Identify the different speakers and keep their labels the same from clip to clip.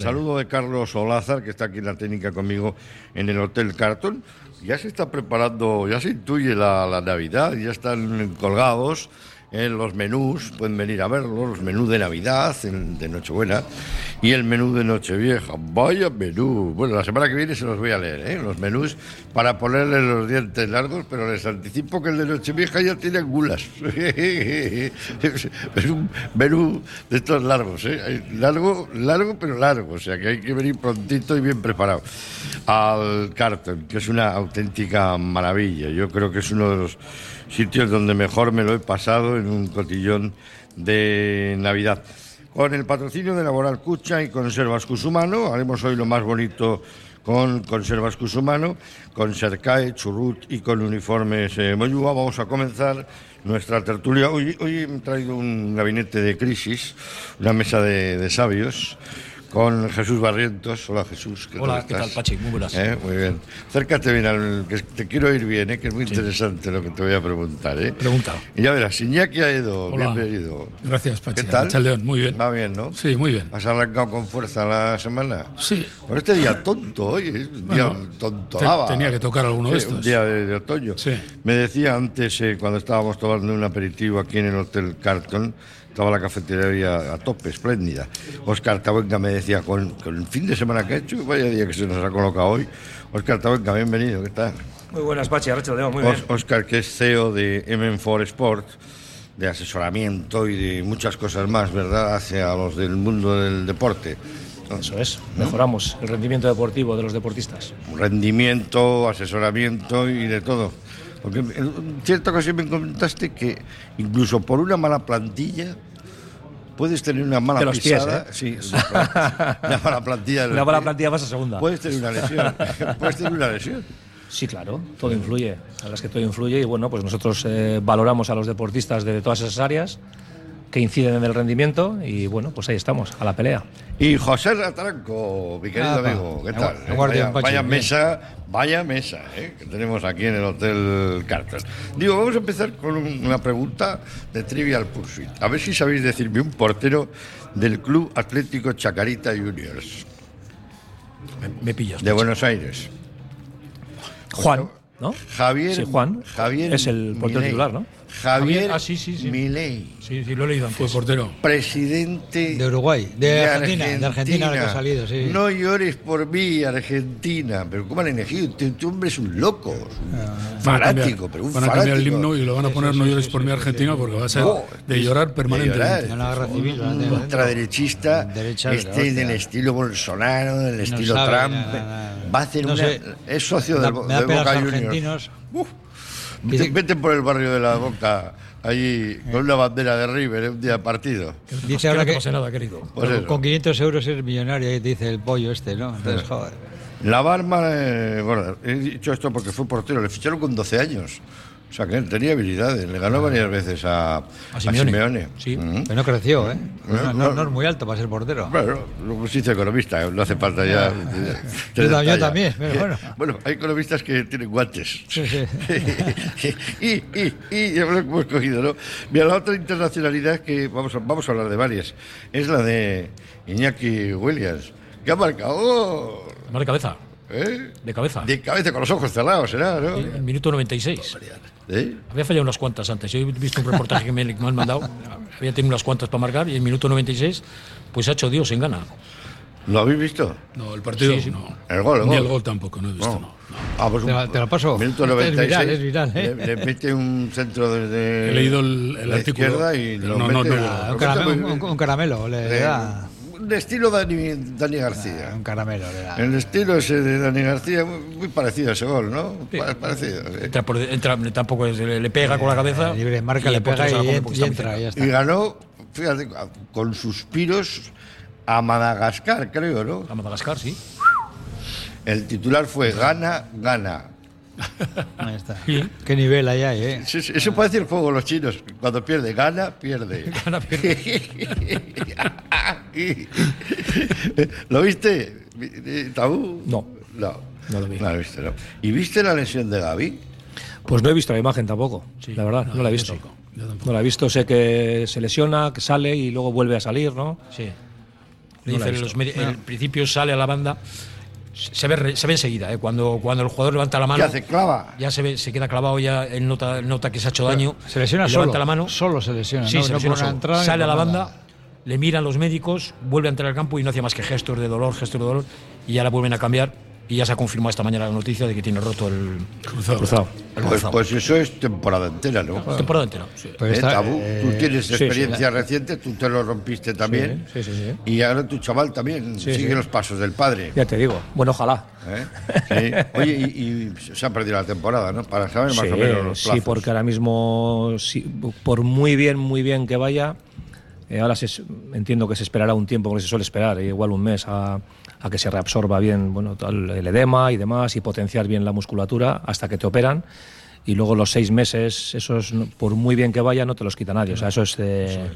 Speaker 1: Saludo de Carlos Olázar, que está aquí en la técnica conmigo en el Hotel Carton. Ya se está preparando, ya se intuye la, la Navidad, ya están colgados en los menús, pueden venir a verlos, los menús de Navidad, en- de Nochebuena y el menú de Nochevieja. Vaya menú. Bueno, la semana que viene se los voy a leer, ¿eh? los menús, para ponerles los dientes largos, pero les anticipo que el de Nochevieja ya tiene gulas. es un menú de estos largos, ¿eh? largo, largo, pero largo, o sea que hay que venir prontito y bien preparado. Al Carton, que es una auténtica maravilla. Yo creo que es uno de los sitios donde mejor me lo he pasado en un cotillón de Navidad. Con el patrocinio de Laboral Cucha y Conservas Cusumano, haremos hoy lo más bonito con Conservas Cusumano, con Sercae, Churrut y con Uniformes eh, Moyúa. Vamos a comenzar nuestra tertulia. Hoy, hoy he traído un gabinete de crisis, una mesa de, de sabios, con Jesús Barrientos. Hola Jesús. ¿qué
Speaker 2: Hola, ¿qué
Speaker 1: estás?
Speaker 2: tal, Pachi? Muy buenas.
Speaker 1: Eh, Muy bien. Acércate bien, al, que te quiero ir bien, eh, que es muy interesante lo que te voy a preguntar. Eh.
Speaker 2: Pregunta.
Speaker 1: Y ya verás, Iñaki Aedo,
Speaker 2: Hola.
Speaker 1: bienvenido.
Speaker 3: Gracias,
Speaker 1: ¿Qué
Speaker 3: Pachi.
Speaker 1: tal? Ah.
Speaker 3: Arracha León, muy bien.
Speaker 1: Va bien, ¿no?
Speaker 3: Sí, muy bien.
Speaker 1: ¿Has arrancado con fuerza la semana?
Speaker 3: Sí.
Speaker 1: Pero este día tonto hoy, es un día
Speaker 3: Bueno,
Speaker 1: tonto.
Speaker 3: te-
Speaker 1: lava.
Speaker 3: tenía que tocar alguno de
Speaker 1: Sí, Un
Speaker 3: estos.
Speaker 1: día de, de otoño.
Speaker 3: Sí.
Speaker 1: Me decía antes, eh, cuando estábamos tomando un aperitivo aquí en el Hotel Carton, estaba la cafetería a tope, espléndida. Oscar Tabuenca me decía, con, con el fin de semana que ha hecho, vaya día que se nos ha colocado hoy. Oscar Tabuenca, bienvenido, ¿qué tal?
Speaker 4: Muy buenas, Pachi, Arracha León, muy bien.
Speaker 1: Oscar, que es CEO de MM4 Sport, de asesoramiento y de muchas cosas más, ¿verdad?, hacia los del mundo del deporte.
Speaker 4: Eso es, mejoramos el rendimiento deportivo de los deportistas.
Speaker 1: Rendimiento, asesoramiento y de todo. Porque en cierta ocasión me comentaste que incluso por una mala plantilla puedes tener una mala
Speaker 4: De los pies, ¿eh?
Speaker 1: pisada. Sí, una mala plantilla. de los
Speaker 4: Una mala
Speaker 1: pies.
Speaker 4: plantilla vas a segunda.
Speaker 1: Puedes tener una lesión. puedes tener una lesión.
Speaker 4: Sí, claro, todo influye. La verdad es que todo influye y bueno, pues nosotros eh, valoramos a los deportistas de todas esas áreas que inciden en el rendimiento y bueno, pues ahí estamos, a la pelea.
Speaker 1: Y José Ratranco, mi querido
Speaker 3: Apa.
Speaker 1: amigo, ¿qué
Speaker 3: La
Speaker 1: tal?
Speaker 3: guar-
Speaker 1: Eh,
Speaker 3: la guardia
Speaker 1: Vaya,
Speaker 3: en Pachi,
Speaker 1: vaya
Speaker 3: bien.
Speaker 1: mesa, vaya mesa eh, que tenemos aquí en el Hotel Carter. Digo, vamos a empezar con un- una pregunta de Trivial Pursuit. A ver si sabéis decirme un portero del Club Atlético Chacarita Juniors
Speaker 3: Me, me pillas.
Speaker 1: de Buenos Aires.
Speaker 4: Juan, ¿no?
Speaker 1: Javier,
Speaker 4: Sí, Juan.
Speaker 1: Javier
Speaker 4: Es el portero
Speaker 1: Milei.
Speaker 4: titular, ¿no?
Speaker 1: Javier
Speaker 2: Javier, ah, sí, sí, sí.
Speaker 1: Milei,
Speaker 3: Sí, sí, lo he leído antes. Fue portero.
Speaker 1: presidente
Speaker 5: De Uruguay, de, Argentina, de Argentina ahora que ha salido, sí.
Speaker 1: No llores por mí, Argentina. Pero ¿cómo han elegido? Este, este hombre es un loco, es un
Speaker 3: Van
Speaker 5: Ah,
Speaker 3: a cambiar-
Speaker 1: fanático, pero un
Speaker 3: Van a cambiar el
Speaker 1: fanático.
Speaker 3: himno y lo van a poner No llores por mí Argentina porque va a ser
Speaker 1: No,
Speaker 3: de llorar
Speaker 1: llorar.
Speaker 3: permanentemente.
Speaker 5: De la ¿eh? guerra civil. ¿no? De-
Speaker 1: Ultraderechista,
Speaker 5: Ah, Derecha,
Speaker 1: este
Speaker 5: pero,
Speaker 1: del
Speaker 5: hostia.
Speaker 1: estilo Bolsonaro, del estilo
Speaker 5: sabe,
Speaker 1: Trump.
Speaker 5: nada, nada, nada.
Speaker 1: Va a hacer
Speaker 5: No
Speaker 1: una-
Speaker 5: sé.
Speaker 1: Es socio
Speaker 5: Me da-
Speaker 1: del Bo-
Speaker 5: me da
Speaker 1: del
Speaker 5: pena
Speaker 1: Boca
Speaker 5: los
Speaker 1: Juniors.
Speaker 5: argentinos.
Speaker 1: Uf. Vete, vete por el barrio de la Boca, allí, con una bandera de River, eh, un día de partido.
Speaker 5: Dice
Speaker 2: Pues Que
Speaker 5: ahora
Speaker 2: no te
Speaker 5: que
Speaker 2: pase nada, querido.
Speaker 1: Pues
Speaker 5: con-
Speaker 1: eso.
Speaker 5: con 500 euros eres millonario, ahí dice el pollo este, ¿no? Entonces, joder.
Speaker 1: La barba, eh, gorda. he dicho esto porque fue portero, le ficharon con 12 años. O sea, que él tenía habilidades, le ganó varias veces a, a Simeone.
Speaker 2: Simeone. Sí.
Speaker 1: Mm.
Speaker 5: Pero no creció, ¿eh?
Speaker 1: No,
Speaker 2: Mm.
Speaker 5: No,
Speaker 1: no.
Speaker 5: no- no es muy alto para ser portero.
Speaker 1: Bueno, lo se dice economista, no hace falta ya.
Speaker 5: Ah. Yo tam- yo
Speaker 1: detallar.
Speaker 5: también, pero bueno.
Speaker 1: Bueno, hay economistas que tienen guantes.
Speaker 5: Sí, sí.
Speaker 1: y, y, y, ya lo hemos cogido, ¿no? Mira, la otra internacionalidad que vamos a, vamos a hablar de varias es la de Iñaki Williams, que ha marcado.
Speaker 2: Mar de cabeza.
Speaker 1: ¿eh?
Speaker 2: De cabeza.
Speaker 1: De cabeza con los ojos cerrados, será, ¿no?
Speaker 2: El minuto 96.
Speaker 1: ¿Eh?
Speaker 2: Había fallado unas cuantas antes. Yo he visto un reportaje que me, que me han mandado. Había tenido unas cuantas para marcar y el minuto 96, pues ha hecho Dios en gana.
Speaker 1: ¿Lo habéis visto?
Speaker 3: No, el partido
Speaker 2: Sí, sí.
Speaker 3: no.
Speaker 1: El gol, el
Speaker 3: Ni
Speaker 1: gol.
Speaker 3: el gol tampoco, no he visto. no.
Speaker 1: Ah, pues
Speaker 5: Te la- te la paso. Este
Speaker 1: Minuto
Speaker 5: Es
Speaker 1: 96.
Speaker 5: viral, es viral, ¿eh?
Speaker 1: Le, le mete un centro desde
Speaker 3: He leído el- el
Speaker 1: la
Speaker 3: artículo.
Speaker 1: izquierda y lo
Speaker 3: No, no,
Speaker 1: mete.
Speaker 3: no,
Speaker 5: Ah,
Speaker 1: lo
Speaker 5: un,
Speaker 1: mete
Speaker 5: caramelo,
Speaker 1: muy
Speaker 5: un-
Speaker 2: pues,
Speaker 1: bien.
Speaker 5: un caramelo le
Speaker 1: Eh,
Speaker 5: da.
Speaker 1: de estilo Dani, Dani García.
Speaker 5: Un caramelo le da.
Speaker 1: El estilo ese de Dani García, muy, muy parecido a ese gol, ¿no? Pa- Parecido. sí.
Speaker 2: Entra por- entra- tampoco es- le, le pega con la cabeza.
Speaker 5: Eh, Libre marca,
Speaker 2: y
Speaker 5: le
Speaker 2: por
Speaker 5: pega
Speaker 2: atrás
Speaker 5: y,
Speaker 2: se la come
Speaker 5: en-
Speaker 2: porque
Speaker 5: y
Speaker 2: está muy
Speaker 5: entra,
Speaker 2: cerca.
Speaker 5: ya
Speaker 1: Y
Speaker 5: está.
Speaker 1: ganó, fíjate, con suspiros a Madagascar, creo, ¿no?
Speaker 2: A Madagascar, sí.
Speaker 1: El titular fue Gana, Gana.
Speaker 5: Ahí está.
Speaker 2: Sí.
Speaker 5: Qué nivel ahí hay, ¿eh?
Speaker 1: Sí, sí, Eso parece el juego de los chinos. Cuando pierde, gana, pierde.
Speaker 2: Gana,
Speaker 1: ¿Lo viste, eh, Tabú?
Speaker 4: No.
Speaker 1: No.
Speaker 4: No lo vi.
Speaker 1: No viste, no. ¿Y viste la lesión de Gaby?
Speaker 4: Pues no he visto la imagen tampoco,
Speaker 2: Sí.
Speaker 4: la verdad, no, la he
Speaker 2: yo
Speaker 4: visto.
Speaker 2: tampoco,
Speaker 4: No la he visto, sé que se lesiona, que sale y luego vuelve a salir, ¿no?
Speaker 2: Sí. te
Speaker 4: No la he
Speaker 2: dicen en
Speaker 4: visto.
Speaker 2: los medios.
Speaker 5: Ah.
Speaker 2: El principio sale a la banda. Se se ve, re- se ve enseguida, ¿eh? cuando, cuando el jugador levanta
Speaker 4: Ah,
Speaker 2: la
Speaker 1: ¿Qué
Speaker 2: mano,
Speaker 1: hace? Clava.
Speaker 2: ya se, ve, se queda clavado, ya él nota, él nota que se ha hecho daño.
Speaker 5: Se lesiona
Speaker 2: y
Speaker 5: solo.
Speaker 2: Levanta la mano.
Speaker 5: Solo se lesiona.
Speaker 2: Sí,
Speaker 5: no,
Speaker 2: se
Speaker 5: No
Speaker 2: lesiona
Speaker 5: por una
Speaker 2: solo.
Speaker 5: entrada ni
Speaker 2: Sale a la
Speaker 5: por
Speaker 2: banda,
Speaker 5: nada.
Speaker 2: le miran los médicos, vuelve a entrar al campo y no hacía más que gestos de dolor, gestos de dolor, y ya la vuelven a cambiar. Y ya se ha confirmado esta mañana la noticia de que tiene roto el
Speaker 3: Cruzado.
Speaker 2: el
Speaker 1: Pues,
Speaker 2: cruzado.
Speaker 1: pues eso es temporada entera, ¿no?
Speaker 2: Temporada entera. sí.
Speaker 5: Pero
Speaker 1: Eh,
Speaker 5: está-
Speaker 1: Tabú,
Speaker 5: eh,
Speaker 1: tú tienes
Speaker 5: sí, sí,
Speaker 1: experiencia
Speaker 5: la-
Speaker 1: reciente, tú te lo rompiste también.
Speaker 4: sí, sí, sí.
Speaker 1: Y ahora tu chaval también sigue
Speaker 4: sí.
Speaker 1: los pasos del padre.
Speaker 4: Ya te digo. Bueno, ojalá.
Speaker 1: ¿eh? Sí. Oye, y, y se ha perdido la temporada, ¿no? Para saber más
Speaker 4: sí,
Speaker 1: o menos los plazos.
Speaker 4: sí, porque ahora mismo, sí, por muy bien, muy bien que vaya, eh, ahora se es- entiendo que se esperará un tiempo, porque se suele esperar, eh, igual un mes, a, a que se reabsorba bien bueno, tal, el edema y demás, y potenciar bien la musculatura hasta que te operan. Y luego los seis meses, esos, no- por muy bien que vaya, no te los quita nadie. O sea, eso es, eh,
Speaker 5: eh,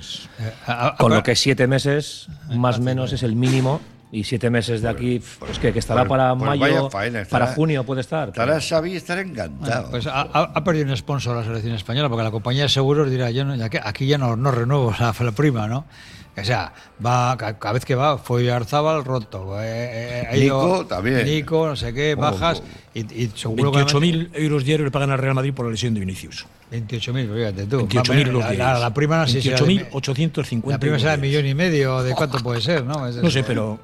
Speaker 5: a- a-
Speaker 4: con
Speaker 5: a-
Speaker 4: lo que siete meses, más o menos, es el mínimo. Y siete meses de aquí, pues que, que estará
Speaker 1: pues-
Speaker 4: para
Speaker 1: pues vaya
Speaker 4: mayo,
Speaker 1: faena, estará-
Speaker 4: para junio puede estar.
Speaker 1: Estará Xavi y estará encantado.
Speaker 5: Bueno, pues ha, ha- ha perdido un sponsor la selección española porque la compañía de seguros dirá, yo no- ya que- aquí ya no, no renuevo, o sea, fue la prima, ¿no? O sea, va, ca- cada vez que va, fue Arzábal roto. eh, eh, ha ido
Speaker 1: Nico también. Oh,
Speaker 5: Nico, no sé qué, bajas. Y, y seguro que.
Speaker 2: 28.000 euros diarios le pagan al Real Madrid por la lesión de Vinicius.
Speaker 5: 28.000, fíjate tú.
Speaker 2: 28.000 los
Speaker 5: Pues, la,
Speaker 2: diarios.
Speaker 5: la, la prima no sé si era de-
Speaker 2: 28.850.
Speaker 5: La prima será de
Speaker 2: euros.
Speaker 5: millón y medio, ¿de cuánto puede ser, no? Es-
Speaker 2: No sé, pero,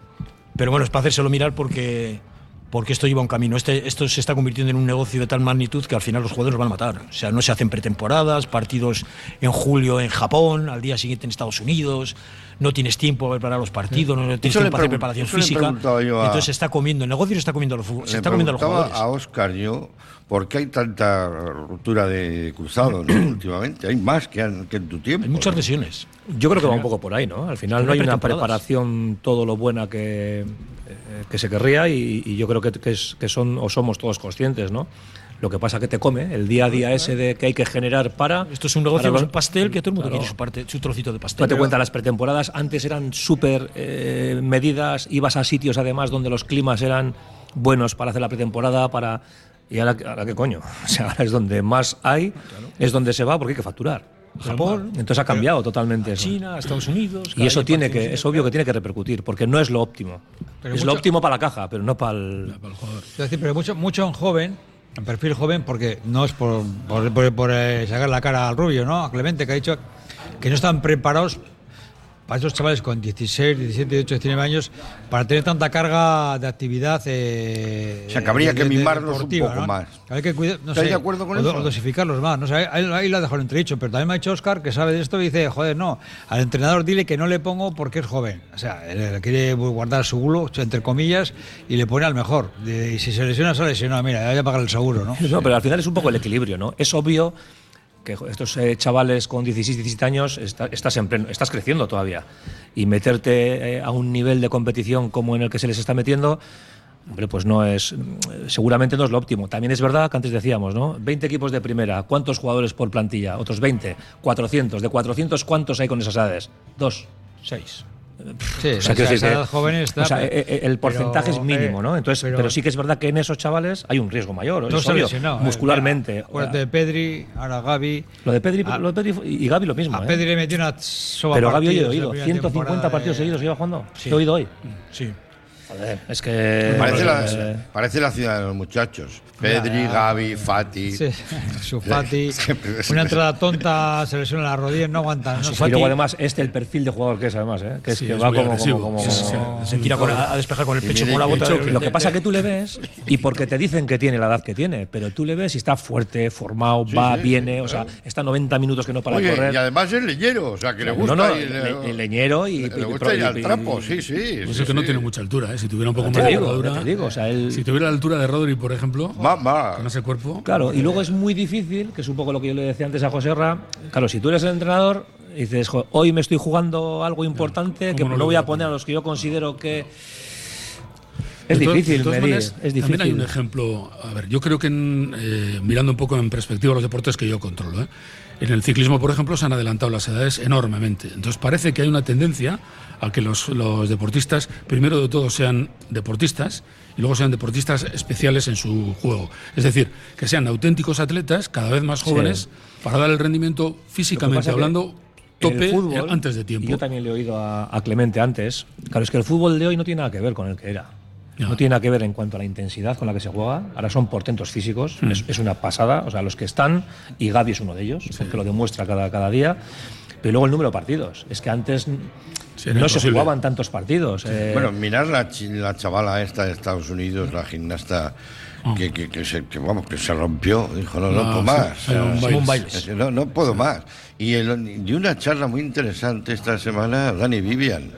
Speaker 2: pero bueno, es para hacérselo mirar porque, porque esto lleva un camino. Este, esto se está convirtiendo en un negocio de tal magnitud que al final los jugadores van a matar. O sea, no se hacen pretemporadas, partidos en julio en Japón, al día siguiente en Estados Unidos, no tienes tiempo para preparar los partidos, no tienes
Speaker 1: le
Speaker 2: tiempo para hacer
Speaker 1: pregun-
Speaker 2: preparación
Speaker 1: eso le
Speaker 2: física.
Speaker 1: preguntaba yo a-
Speaker 2: Entonces se está comiendo, el negocio se está comiendo a los, fu- se
Speaker 1: Le
Speaker 2: está comiendo a los
Speaker 1: preguntaba
Speaker 2: jugadores.
Speaker 1: a Oscar yo por qué hay tanta ruptura de cruzado ¿no? últimamente. Hay más que, en- que en tu tiempo.
Speaker 2: Hay muchas lesiones.
Speaker 4: Yo creo que va un poco por ahí, ¿no? Al final no hay una
Speaker 2: Pretemporadas.
Speaker 4: preparación todo lo buena que, eh, que se querría y, y yo creo que, que es- que son o somos todos conscientes, ¿no? Lo que pasa que te come el día a día ese de que hay que generar para.
Speaker 2: Esto es un negocio,
Speaker 4: para
Speaker 2: es
Speaker 4: los-
Speaker 2: un pastel que todo el mundo
Speaker 4: Claro.
Speaker 2: quiere su parte, su trocito de pastel.
Speaker 4: Date cuenta, las pretemporadas antes eran súper eh, medidas, ibas a sitios además donde los climas eran buenos para hacer la pretemporada, para... ¿Y ahora, ahora qué coño? O sea, ahora es donde más hay, es donde se va porque hay que facturar. Japón, entonces ha cambiado totalmente eso.
Speaker 2: China, Estados Unidos.
Speaker 4: Y
Speaker 2: cada
Speaker 4: eso
Speaker 2: año
Speaker 4: tiene
Speaker 2: partidos
Speaker 4: que,
Speaker 2: en-
Speaker 4: es obvio que tiene que repercutir, porque no es lo óptimo.
Speaker 5: Pero
Speaker 4: es
Speaker 5: mucho-
Speaker 4: lo óptimo para la caja, pero no para el.
Speaker 3: Para el jugador.
Speaker 5: Es decir, pero mucho, mucho en joven, en perfil joven, porque no es por, por, por- por, eh, sacar la cara al rubio, ¿no? A Clemente, que ha dicho que no están preparados para esos chavales con 16, 17, 18, 19 años, para tener tanta carga de actividad. eh,
Speaker 1: O sea, que habría que mimarlos un
Speaker 5: deportiva,
Speaker 1: poco
Speaker 5: ¿no?
Speaker 1: más.
Speaker 5: Hay que cuidar, no
Speaker 1: ¿Estáis
Speaker 5: sé,
Speaker 1: de acuerdo con
Speaker 5: o do-
Speaker 1: eso?
Speaker 5: o dosificarlos más. No sé, ahí, ahí lo ha dejado entredicho, pero también me ha dicho Oscar que sabe de esto y dice: joder, no, al entrenador dile que no le pongo porque es joven. O sea, él, él quiere guardar su culo, entre comillas, y le pone al mejor. De- y si se lesiona, se lesiona, mira, ya voy a pagar el seguro, ¿no?
Speaker 4: No, pero al final es un poco el equilibrio, ¿no? Es obvio que jo, estos eh, chavales con 16, 17 años está- estás, en pleno, estás creciendo todavía. Y meterte eh, a un nivel de competición como en el que se les está metiendo, hombre, pues no es. mm, Seguramente no es lo óptimo. También es verdad que antes decíamos, ¿no? 20 equipos de primera, ¿cuántos jugadores por plantilla? Otros 20, 400. ¿De 400 cuántos hay con esas edades? Dos.
Speaker 5: Seis. Sí,
Speaker 4: O sea, quiero
Speaker 5: esa-
Speaker 4: decir
Speaker 5: esa
Speaker 4: que-
Speaker 5: edad joven está.
Speaker 4: o sea,
Speaker 5: pero-
Speaker 4: eh, eh, el porcentaje
Speaker 5: pero,
Speaker 4: es mínimo,
Speaker 5: eh,
Speaker 4: ¿no? Entonces, pero, sí que es verdad que en esos chavales hay un riesgo mayor,
Speaker 5: todos
Speaker 4: es
Speaker 5: se han
Speaker 4: obvio,
Speaker 5: lesionado, eh.
Speaker 4: muscularmente.
Speaker 5: Acuérdate de Pedri, ahora Gaby.
Speaker 4: Lo de Pedri,
Speaker 5: A-
Speaker 4: lo de Pedri y Gaby lo mismo.
Speaker 5: A
Speaker 4: ¿eh?
Speaker 5: Pedri le metió una soba
Speaker 4: pero Gaby hoy he
Speaker 5: partidos la
Speaker 4: oído,
Speaker 5: primera
Speaker 4: 150
Speaker 5: temporada
Speaker 4: partidos
Speaker 5: de-
Speaker 4: seguidos lleva jugando.
Speaker 2: Sí.
Speaker 4: He oído hoy.
Speaker 2: Sí.
Speaker 4: Joder, es que.
Speaker 1: Parece,
Speaker 4: eh,
Speaker 1: la, parece la ciudad de los muchachos. Pedri, Gaby, Fati.
Speaker 5: Sí, Sufati.
Speaker 1: Siempre-
Speaker 5: Una entrada tonta, se lesiona la rodilla, no aguantan. No,
Speaker 4: y
Speaker 5: Sufati.
Speaker 4: luego además este el perfil de jugador que es además, ¿eh? que es
Speaker 3: Sí,
Speaker 4: que
Speaker 3: es
Speaker 4: va
Speaker 3: muy
Speaker 4: como, como-
Speaker 3: agresivo.
Speaker 4: como-
Speaker 3: Sí, sí, sí.
Speaker 4: como-
Speaker 2: Se tira con- a a despejar con el pecho como una bota de-
Speaker 4: Lo que pasa es que tú le ves y porque te dicen que tiene la edad que tiene, pero tú le ves y está fuerte, formado, va, viene, o sea, está 90 minutos que no para de
Speaker 1: Oye,
Speaker 4: correr.
Speaker 1: y además es leñero, o sea, que le gusta
Speaker 4: no, no,
Speaker 1: ir,
Speaker 4: le-
Speaker 1: eh,
Speaker 4: le- leñero y-
Speaker 1: le-
Speaker 4: y-
Speaker 1: le gusta
Speaker 4: y-
Speaker 1: ir al
Speaker 4: y-
Speaker 1: trapo, sí, sí.
Speaker 3: Pues
Speaker 1: sí,
Speaker 3: es que no
Speaker 1: sí.
Speaker 3: tiene mucha altura, ¿eh? Si tuviera un poco
Speaker 4: Ya
Speaker 3: más
Speaker 4: te
Speaker 3: de
Speaker 4: digo, ya
Speaker 3: altura.
Speaker 4: te digo, o sea, él-
Speaker 3: Si tuviera la altura de Rodri, por ejemplo,
Speaker 1: Mamá.
Speaker 3: con ese cuerpo.
Speaker 4: Claro, y luego es muy difícil, que es un poco lo que yo le decía antes a José Ra, claro, si tú eres el entrenador y dices, "Jo, hoy me estoy jugando algo importante,
Speaker 3: ¿cómo
Speaker 4: que
Speaker 3: no
Speaker 4: no,
Speaker 3: lo
Speaker 4: voy
Speaker 3: voy a
Speaker 4: a poner a los que yo considero que...
Speaker 3: De
Speaker 4: Es
Speaker 3: to- de
Speaker 4: difícil
Speaker 3: todas
Speaker 4: medir,
Speaker 3: maneras,
Speaker 4: es
Speaker 3: También hay un
Speaker 4: difícil.
Speaker 3: ejemplo. A ver, yo creo que en, eh, mirando un poco en perspectiva los deportes que yo controlo, ¿eh? en el ciclismo, por ejemplo, se han adelantado las edades enormemente. Entonces parece que hay una tendencia a que los, los deportistas, primero de todo, sean deportistas y luego sean deportistas especiales en su juego. Es decir, que sean auténticos atletas, cada vez más jóvenes, para dar el rendimiento
Speaker 4: Lo que
Speaker 3: físicamente
Speaker 4: pasa que-
Speaker 3: hablando tope eh,
Speaker 4: el fútbol,
Speaker 3: antes de tiempo.
Speaker 4: y Yo también le he oído a, a Clemente antes. Claro, es que el fútbol de hoy no tiene nada que ver con el que era.
Speaker 3: Ya.
Speaker 4: No tiene nada que ver en cuanto a la intensidad con la que se juega. Ahora son portentos físicos,
Speaker 3: Mm.
Speaker 4: es, es una pasada. O sea, los que están, y Gaby es uno de ellos, porque lo demuestra cada, cada día. Pero luego el número de partidos. Es que antes
Speaker 3: Sí, era
Speaker 4: no se
Speaker 3: imposible.
Speaker 4: jugaban tantos partidos. eh,
Speaker 1: Bueno, mirar la, chi- la chavala esta de Estados Unidos, la gimnasta
Speaker 4: Ah.
Speaker 1: que, que- que se, que, vamos, que se rompió, dijo, no, no,
Speaker 3: No,
Speaker 1: puedo
Speaker 3: sí,
Speaker 1: más.
Speaker 3: era un
Speaker 1: O sea,
Speaker 3: baile.
Speaker 1: es que No, no puedo más. Y el- de una charla muy interesante esta semana, Dani Vivian.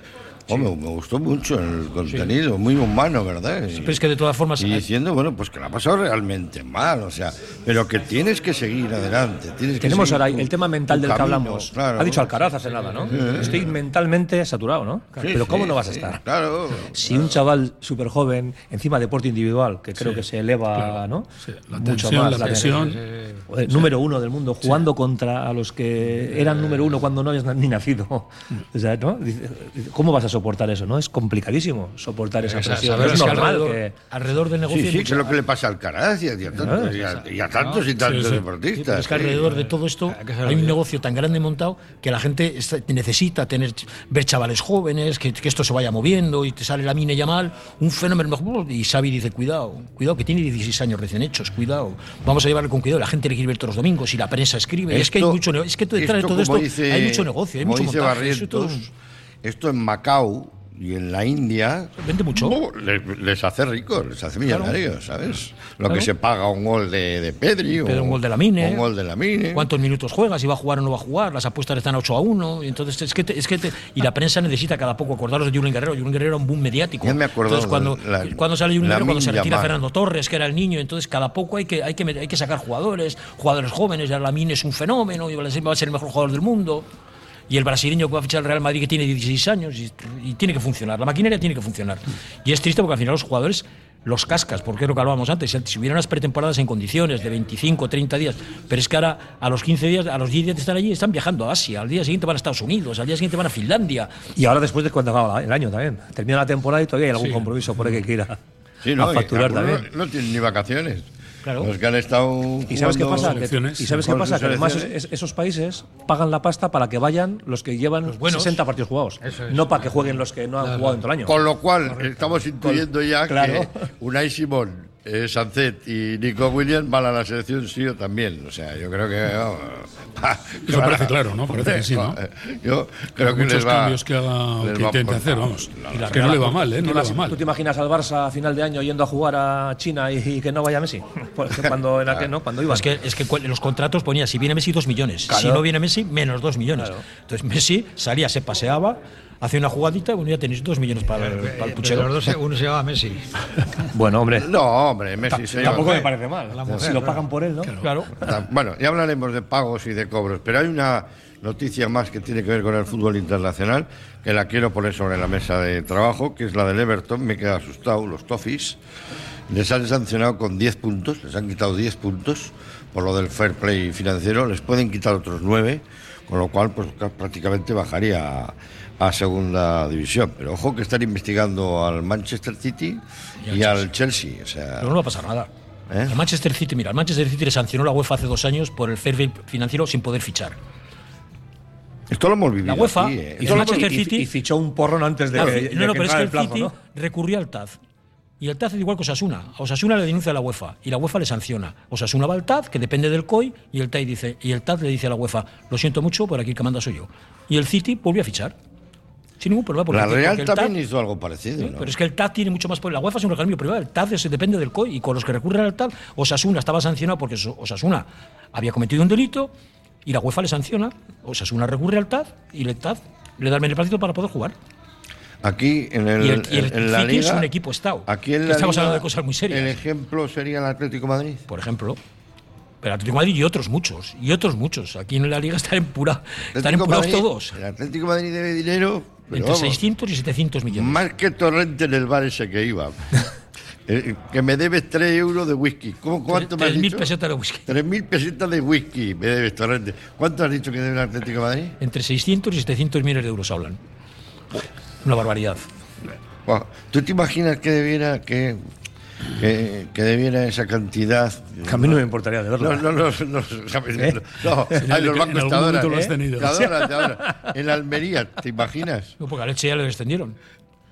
Speaker 1: Hombre, me gustó mucho el contenido, muy humano, ¿verdad? Y-
Speaker 2: Pero es que de todas formas.
Speaker 3: eh,
Speaker 1: y diciendo, bueno, pues que la ha pasado realmente mal, o sea, pero que tienes que seguir adelante. Tienes que
Speaker 4: Tenemos
Speaker 1: seguir
Speaker 4: ahora
Speaker 1: tu-
Speaker 4: el tema mental
Speaker 1: tu
Speaker 4: del que
Speaker 1: camino,
Speaker 4: hablamos.
Speaker 1: claro.
Speaker 4: ha dicho Alcaraz hace nada, ¿no? Estoy mentalmente saturado, ¿no?
Speaker 1: Sí,
Speaker 4: Pero ¿cómo
Speaker 1: sí,
Speaker 4: no vas a
Speaker 1: sí,
Speaker 4: estar?
Speaker 1: Claro.
Speaker 4: Si un chaval súper joven, encima deporte individual, que creo que se eleva, ¿no?
Speaker 3: Sí, la tensión, la presión.
Speaker 4: Joder, Eh, Número uno del mundo, jugando contra a los
Speaker 3: Eh,
Speaker 4: que eran número uno cuando no habías na- ni nacido. O
Speaker 3: Mm.
Speaker 4: sea, ¿no? Dice, ¿Cómo vas a soportar eso? ¿No? Es complicadísimo
Speaker 3: Eh,
Speaker 4: soportar esa
Speaker 2: Esa-
Speaker 4: presión.
Speaker 2: saber
Speaker 4: es
Speaker 2: que
Speaker 4: normal
Speaker 2: alrededor,
Speaker 4: que-
Speaker 2: alrededor del negocio.
Speaker 1: Sí,
Speaker 2: hay
Speaker 1: sí, que
Speaker 2: mucha-
Speaker 1: es lo que le pasa al Caraz y a, y
Speaker 2: Ah,
Speaker 1: a tantos, y a, y a tantos y tantos
Speaker 3: Sí, sí.
Speaker 2: Sí, pero
Speaker 1: deportistas. ¿eh?
Speaker 2: es que alrededor de todo esto
Speaker 5: Hay que saber
Speaker 2: hay un
Speaker 5: vivir.
Speaker 2: negocio tan grande montado que la gente está- necesita tener ver chavales jóvenes, que, que esto se vaya moviendo y te sale la mine Yamal, un fenómeno mejor. ¡oh! Y Xavi dice, cuidado, cuidado que tiene 16 años recién hechos, cuidado. Vamos a llevarle con cuidado. La gente le quiere ver todos los domingos y la prensa escribe. es que hay
Speaker 1: Esto-
Speaker 2: mucho ne- es que detrás de
Speaker 1: esto,
Speaker 2: todo esto
Speaker 1: como dice-
Speaker 2: hay mucho negocio, hay
Speaker 1: como
Speaker 2: mucho
Speaker 1: dice
Speaker 2: montaje. eso todo
Speaker 1: Barrientos, esto en Macao y en la India
Speaker 2: vende mucho.
Speaker 1: oh, les, les hace ricos, les hace millonarios, ¿sabes? Lo que
Speaker 2: Claro.
Speaker 1: se paga un gol de, de Pedri, o-
Speaker 2: Pero un gol de Lamine.
Speaker 1: un gol de la
Speaker 2: ¿Cuántos minutos juega? ¿Si va a jugar o no va a jugar? Las apuestas están 8 a 1. y Entonces, es que te- es que te- y la prensa necesita cada poco acordaros de Julen Guerrero. Julen Guerrero era un boom mediático.
Speaker 1: Ya me he acordado
Speaker 2: Entonces, cuando,
Speaker 1: de la-
Speaker 2: cuando sale Julen
Speaker 1: la
Speaker 2: Guerrero, cuando se
Speaker 1: Min
Speaker 2: retira
Speaker 1: Yamal.
Speaker 2: Fernando Torres, que era el niño. Entonces, cada poco hay que, hay que, met- hay que sacar jugadores, jugadores jóvenes. Ya Lamine es un fenómeno y va a ser va a ser el mejor jugador del mundo. Y el brasileño que va a fichar al Real Madrid, que tiene 16 años, y, y tiene que funcionar. La maquinaria tiene que funcionar. Y es triste porque al final los jugadores los cascas, porque es lo que hablábamos antes. Si hubiera unas pretemporadas en condiciones de 25, 30 días, pero es que ahora a los 15 días, a los 10 días de estar allí, están viajando a Asia. Al día siguiente van a Estados Unidos, al día siguiente van a Finlandia.
Speaker 4: Y ahora después de cuando acaba la- el año también. Termina la temporada y todavía hay algún compromiso por ahí que quiera
Speaker 1: Sí, no,
Speaker 4: a
Speaker 1: y
Speaker 4: facturar
Speaker 1: algunos
Speaker 4: también.
Speaker 1: No tienen ni vacaciones.
Speaker 2: Claro.
Speaker 1: Los que han estado.
Speaker 4: ¿Y sabes qué
Speaker 1: jugando-
Speaker 4: pasa? Que-
Speaker 3: selecciones.
Speaker 4: ¿Y sabes qué
Speaker 1: Con
Speaker 4: pasa?
Speaker 1: sus
Speaker 4: Que además
Speaker 1: selecciones.
Speaker 4: es- es- esos países pagan la pasta para que vayan los que llevan
Speaker 2: buenos.
Speaker 4: 60 partidos jugados. no para que jueguen los que no han jugado en todo el año.
Speaker 1: Con lo cual, estamos intuyendo ya
Speaker 4: claro.
Speaker 1: que Unai Simón, eh, Sancet y Nico Williams van a la selección sí o también. O sea, yo creo que. vamos,
Speaker 3: Eso parece claro, ¿no? Parece que sí, ¿no?
Speaker 4: eh,
Speaker 1: Yo creo que
Speaker 3: muchos
Speaker 1: les va.
Speaker 3: cambios que haga o
Speaker 1: les
Speaker 3: que
Speaker 1: va
Speaker 3: intente
Speaker 1: por-
Speaker 3: hacer, vamos.
Speaker 4: Y la
Speaker 3: que no
Speaker 4: Real-
Speaker 3: le va mal,
Speaker 4: ¿tú
Speaker 3: ¿eh?
Speaker 4: te
Speaker 3: No le va
Speaker 4: imag- ¿Tú te
Speaker 3: mal.
Speaker 4: imaginas al Barça a final de año yendo a jugar a China y, y que no vaya Messi? Pues Cuando, en aquel, ¿no? Cuando iba.
Speaker 2: Es que, es que cual- los contratos ponía, si viene Messi, 2 millones. Si
Speaker 4: Claro.
Speaker 2: no viene Messi, menos 2 millones. Entonces Messi salía, se paseaba, hacía una jugadita y bueno, ya tenéis 2 millones para, el- para el
Speaker 5: Eh, Pero
Speaker 2: puchero.
Speaker 5: los dos se- uno se llama Messi.
Speaker 4: Bueno, hombre.
Speaker 1: No, hombre, Messi se lleva-
Speaker 4: Tampoco me parece mal.
Speaker 5: La mujer,
Speaker 4: si lo
Speaker 5: claro.
Speaker 4: pagan por él, ¿no?
Speaker 2: Claro.
Speaker 1: Ta- Ah, Bueno, ya hablaremos de pagos y de cobros, pero hay una noticia más que tiene que ver con el fútbol internacional, que la quiero poner sobre la mesa de trabajo, que es la del Everton, me queda asustado, los Toffees, les han sancionado con 10 puntos, les han quitado 10 puntos por lo del fair play financiero, les pueden quitar otros 9, con lo cual pues ca- prácticamente bajaría a, a segunda división. Pero ojo que están investigando al Manchester City y, al Chelsea, o sea,
Speaker 2: Pero no va a pasar nada.
Speaker 1: ¿Eh?
Speaker 2: El Manchester City, mira, el Manchester City le sancionó la UEFA hace dos años por el fair play financiero sin poder fichar.
Speaker 1: esto lo hemos vivido.
Speaker 2: La UEFA
Speaker 1: aquí, ¿eh? Esto
Speaker 2: y el
Speaker 1: lo hemos
Speaker 2: Manchester
Speaker 4: Y,
Speaker 2: City-
Speaker 4: y fichó un porrón antes de
Speaker 2: Claro,
Speaker 4: que, de
Speaker 2: no, no,
Speaker 4: que
Speaker 2: pero es
Speaker 4: entrara
Speaker 2: que
Speaker 4: el plazo,
Speaker 2: el City
Speaker 4: ¿no?
Speaker 2: recurrió al TAZ. Y el TAZ es igual que Osasuna. A Osasuna le denuncia a la UEFA y la UEFA le sanciona. Osasuna va al TAZ, que depende del COI, y el TAZ, dice, y el TAZ le dice a la UEFA, lo siento mucho, por aquí el que manda soy yo. Y el City volvió a fichar. Sin ningún problema. porque-
Speaker 1: La
Speaker 2: porque
Speaker 1: Real
Speaker 2: el TAZ-
Speaker 1: también hizo algo parecido,
Speaker 2: Sí,
Speaker 1: ¿no?
Speaker 2: Pero es que el TAD tiene mucho más poder. La UEFA es un organismo privado. El TAD es- depende del COI. Y con los que recurren al TAD, Osasuna estaba sancionado porque Os- Osasuna había cometido un delito y la UEFA le sanciona. Osasuna recurre al TAD y el TAD le da el beneplácito para poder jugar.
Speaker 1: Aquí en, el,
Speaker 2: Y el- y el
Speaker 1: en la
Speaker 2: City es
Speaker 1: liga,
Speaker 2: un equipo estado.
Speaker 1: Aquí en
Speaker 2: Que
Speaker 1: la
Speaker 2: estamos
Speaker 1: liga,
Speaker 2: hablando de cosas muy serias.
Speaker 1: El ejemplo sería el Atlético de Madrid.
Speaker 2: Por ejemplo, el Atlético de Madrid y otros muchos. Y otros muchos. Aquí en la liga están, en pura, están
Speaker 1: Atlético de
Speaker 2: empurados
Speaker 1: Madrid-
Speaker 2: todos.
Speaker 1: El Atlético de Madrid debe dinero. pero
Speaker 2: Entre
Speaker 1: vamos,
Speaker 2: 600 y 700 millones.
Speaker 1: Más que Torrente en el bar ese que iba. Eh, que me debes 3 euros de whisky. ¿Cómo, ¿Cuánto me has
Speaker 2: 3.000
Speaker 1: dicho?
Speaker 2: pesetas de whisky.
Speaker 1: 3.000 pesetas de whisky me debes Torrente. ¿Cuánto has dicho que debe el Atlético de Madrid?
Speaker 2: Entre 600 y 700 millones de euros hablan. Una barbaridad.
Speaker 1: Buah, ¿Tú te imaginas que debiera que que, que debiera esa cantidad.
Speaker 4: Que a mí no me importaría de verlo.
Speaker 1: No, no, no, no, no, no,
Speaker 3: Señal
Speaker 1: ay,
Speaker 3: de
Speaker 1: los
Speaker 3: que
Speaker 1: bancos
Speaker 3: en algún
Speaker 1: te adoran.
Speaker 3: momento lo has
Speaker 1: ¿eh?
Speaker 3: tenido.
Speaker 1: Te adoran, te adoran. En Almería, ¿te imaginas?
Speaker 2: No, porque a Leche ya le descendieron.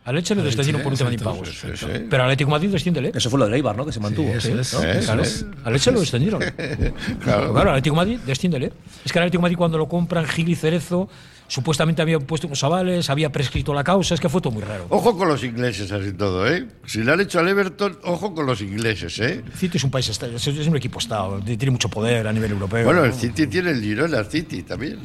Speaker 2: A Leche le descendieron por un tema de
Speaker 3: exacto,
Speaker 2: impagos.
Speaker 1: sí, sí.
Speaker 2: Pero al Atlético de Madrid desciéndele.
Speaker 4: Eso fue lo de Leibar, ¿no? Que se mantuvo.
Speaker 3: eso es.
Speaker 4: ¿no?
Speaker 1: Eh, eso
Speaker 2: Claro,
Speaker 1: es.
Speaker 2: al Leche lo descendieron. Pero
Speaker 1: Claro.
Speaker 2: Claro, al Atlético de Madrid desciéndele. Es que al Atlético de Madrid cuando lo compran Gil y Cerezo, supuestamente había puesto unos avales, había prescrito la causa, es que fue todo muy raro.
Speaker 1: Ojo con los ingleses, así todo, ¿eh? Si le han hecho al Everton, ojo con los ingleses, ¿eh?
Speaker 2: El City es un país esta- es es un equipo estado, tiene mucho poder a nivel europeo.
Speaker 1: Bueno, el
Speaker 2: ¿no?
Speaker 1: City tiene el Girona City también.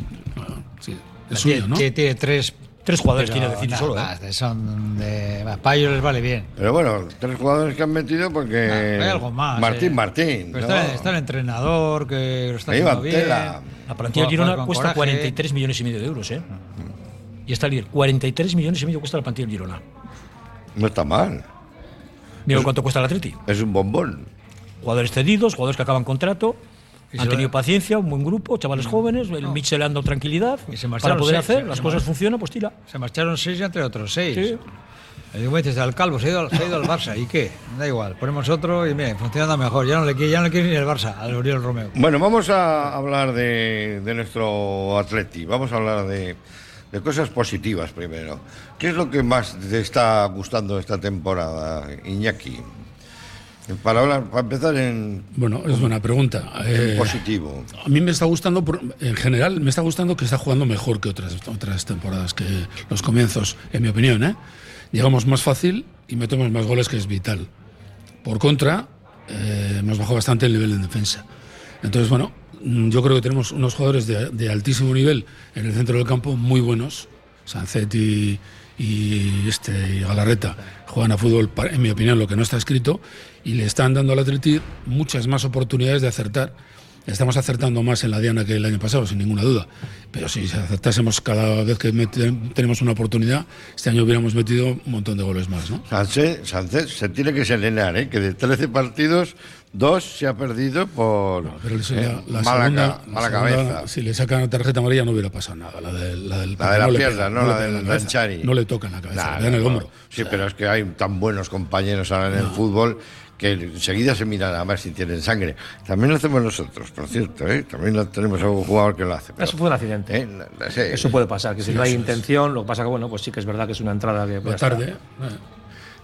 Speaker 3: Sí, es suyo, ¿no?
Speaker 5: Tiene, tiene tres.
Speaker 2: Tres jugadores
Speaker 5: pero
Speaker 2: tiene de City
Speaker 5: nada
Speaker 2: solo, ¿eh?
Speaker 5: más, Son de. Para ellos les vale bien.
Speaker 1: Pero bueno, tres jugadores que han metido porque.
Speaker 5: Hay algo más.
Speaker 1: Martín
Speaker 5: eh.
Speaker 1: Martín.
Speaker 5: Pero
Speaker 1: ¿no?
Speaker 5: está, está el entrenador que lo está
Speaker 1: Ahí va
Speaker 5: haciendo bien.
Speaker 1: tela.
Speaker 2: La plantilla
Speaker 5: Juega-
Speaker 2: de
Speaker 5: juega
Speaker 2: Girona
Speaker 5: con
Speaker 2: cuesta
Speaker 5: coraje.
Speaker 2: 43 millones y medio de euros, ¿eh? Y está el líder. 43 millones y medio cuesta la plantilla del Girona.
Speaker 1: No está mal.
Speaker 2: Mira
Speaker 5: Pues-
Speaker 2: cuánto cuesta el Atleti.
Speaker 1: Es un bombón.
Speaker 2: Jugadores cedidos, jugadores que acaban contrato.
Speaker 5: Y
Speaker 2: Han
Speaker 5: se- Mm.
Speaker 2: tenido paciencia, un buen grupo, chavales jóvenes, el Mitchell le han dado tranquilidad
Speaker 5: Y se marcharon
Speaker 2: para poder
Speaker 5: seis,
Speaker 2: hacer,
Speaker 5: se-
Speaker 2: las
Speaker 5: se
Speaker 2: cosas
Speaker 5: marcharon.
Speaker 2: funcionan, pues tira.
Speaker 5: Se marcharon seis y entre otros seis.
Speaker 2: Sí.
Speaker 5: Le digo, dices al calvo, se ha, ido, al- se ha ido al Barça, ¿y qué? Da igual, ponemos otro y mira, funcionando mejor. Ya no le quiere, ya no le quiere ni el Barça, al Oriol Romeo.
Speaker 1: Bueno, vamos a hablar de, de nuestro atleti. Vamos a hablar de, de cosas positivas primero. ¿Qué es lo que más te está gustando esta temporada, Iñaki? Para, hablar, para empezar en,
Speaker 3: Bueno, es buena pregunta.
Speaker 1: en
Speaker 3: Eh,
Speaker 1: positivo.
Speaker 3: A mí me está gustando, por- en general, me está gustando que está jugando mejor que otras, otras temporadas, que los comienzos, en mi opinión. ¿eh? Llegamos más fácil y metemos más goles, que es vital. Por contra, eh, hemos bajado bastante el nivel en defensa. Entonces, bueno, mm, yo creo que tenemos unos jugadores de, de altísimo nivel en el centro del campo, muy buenos. Sancetti y este y Galarreta juegan a fútbol, pa- en mi opinión, lo que no está escrito, y le están dando al Atleti muchas más oportunidades de acertar. Estamos acertando más en la diana que el año pasado, sin ninguna duda. Pero si acertásemos cada vez que meten- tenemos una oportunidad, este año hubiéramos metido un montón de goles más, ¿no?
Speaker 1: Sánchez, Sánchez se tiene que serenar, ¿eh? que de 13 partidos, dos se ha perdido por
Speaker 3: Pero eso
Speaker 1: eh,
Speaker 3: ya, la
Speaker 1: mala,
Speaker 3: segunda-
Speaker 1: ca-
Speaker 3: la
Speaker 1: mala
Speaker 3: segunda,
Speaker 1: cabeza.
Speaker 3: Si le sacan la tarjeta amarilla no hubiera pasado nada. La de la, del-
Speaker 1: La de la
Speaker 3: no le
Speaker 1: pierna,
Speaker 3: pegan,
Speaker 1: no,
Speaker 3: le
Speaker 1: la
Speaker 3: pegan
Speaker 1: del
Speaker 3: cabeza.
Speaker 1: Danchari.
Speaker 3: No le tocan la cabeza,
Speaker 1: Nah,
Speaker 3: le dan el
Speaker 1: no,
Speaker 3: hombro.
Speaker 1: Sí, pero es que hay tan buenos compañeros ahora en el fútbol que enseguida se miran a ver si tienen sangre. También lo hacemos nosotros, por cierto, ¿eh? También lo tenemos algún jugador que lo hace. pero-
Speaker 4: Eso fue un accidente.
Speaker 1: ¿eh? No, no sé.
Speaker 4: Eso puede pasar, que si no hay intención, lo que pasa que, bueno, pues sí que es verdad que es una entrada que.
Speaker 3: La
Speaker 4: pues,
Speaker 3: tarde. eh.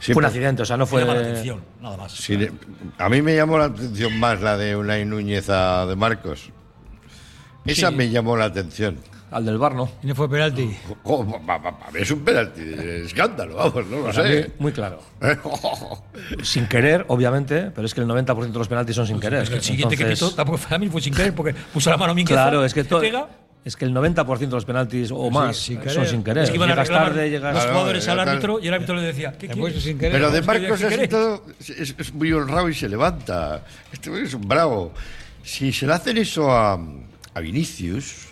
Speaker 1: Sí,
Speaker 4: Fue un
Speaker 1: pero-
Speaker 4: accidente, o sea, no
Speaker 2: Fue
Speaker 4: fue.
Speaker 2: llamar la atención, nada más.
Speaker 1: sí, le- a mí me llamó la atención más la de Unai Núñez a de Marcos. Esa me llamó la atención.
Speaker 4: Al del bar, ¿no?
Speaker 5: Y no fue penalti.
Speaker 1: Jo, pa- pa- pa- es un penalti de escándalo, vamos, no lo
Speaker 4: Para mí,
Speaker 1: sé. ¿Eh?
Speaker 4: Muy claro. Sin querer, obviamente, pero es que el 90% de los penaltis son sin querer.
Speaker 2: El siguiente que
Speaker 4: Pues Entonces,
Speaker 2: pitó tampoco fue a mí, fue sin querer, porque puso la mano a Mingueza,
Speaker 4: Claro, es que todo.
Speaker 2: pega,
Speaker 4: Es que el 90% de los penaltis o más
Speaker 5: sin
Speaker 4: son
Speaker 5: querer.
Speaker 4: sin querer.
Speaker 2: es que iban a
Speaker 4: llegas
Speaker 2: reclamar
Speaker 4: tarde,
Speaker 2: los
Speaker 4: llegas. Eh,
Speaker 1: Claro,
Speaker 2: jugadores
Speaker 1: ya
Speaker 2: al
Speaker 1: tal.
Speaker 2: árbitro y el árbitro le decía, ¿qué
Speaker 5: Le puso
Speaker 2: quieres?
Speaker 5: sin querer.
Speaker 1: Pero de
Speaker 2: Vamos, que
Speaker 1: Marcos
Speaker 2: diga que
Speaker 1: así
Speaker 2: queréis.
Speaker 1: todo es, es muy honrado y se levanta. Este güey es un bravo. Si se le hacen eso a, a Vinicius,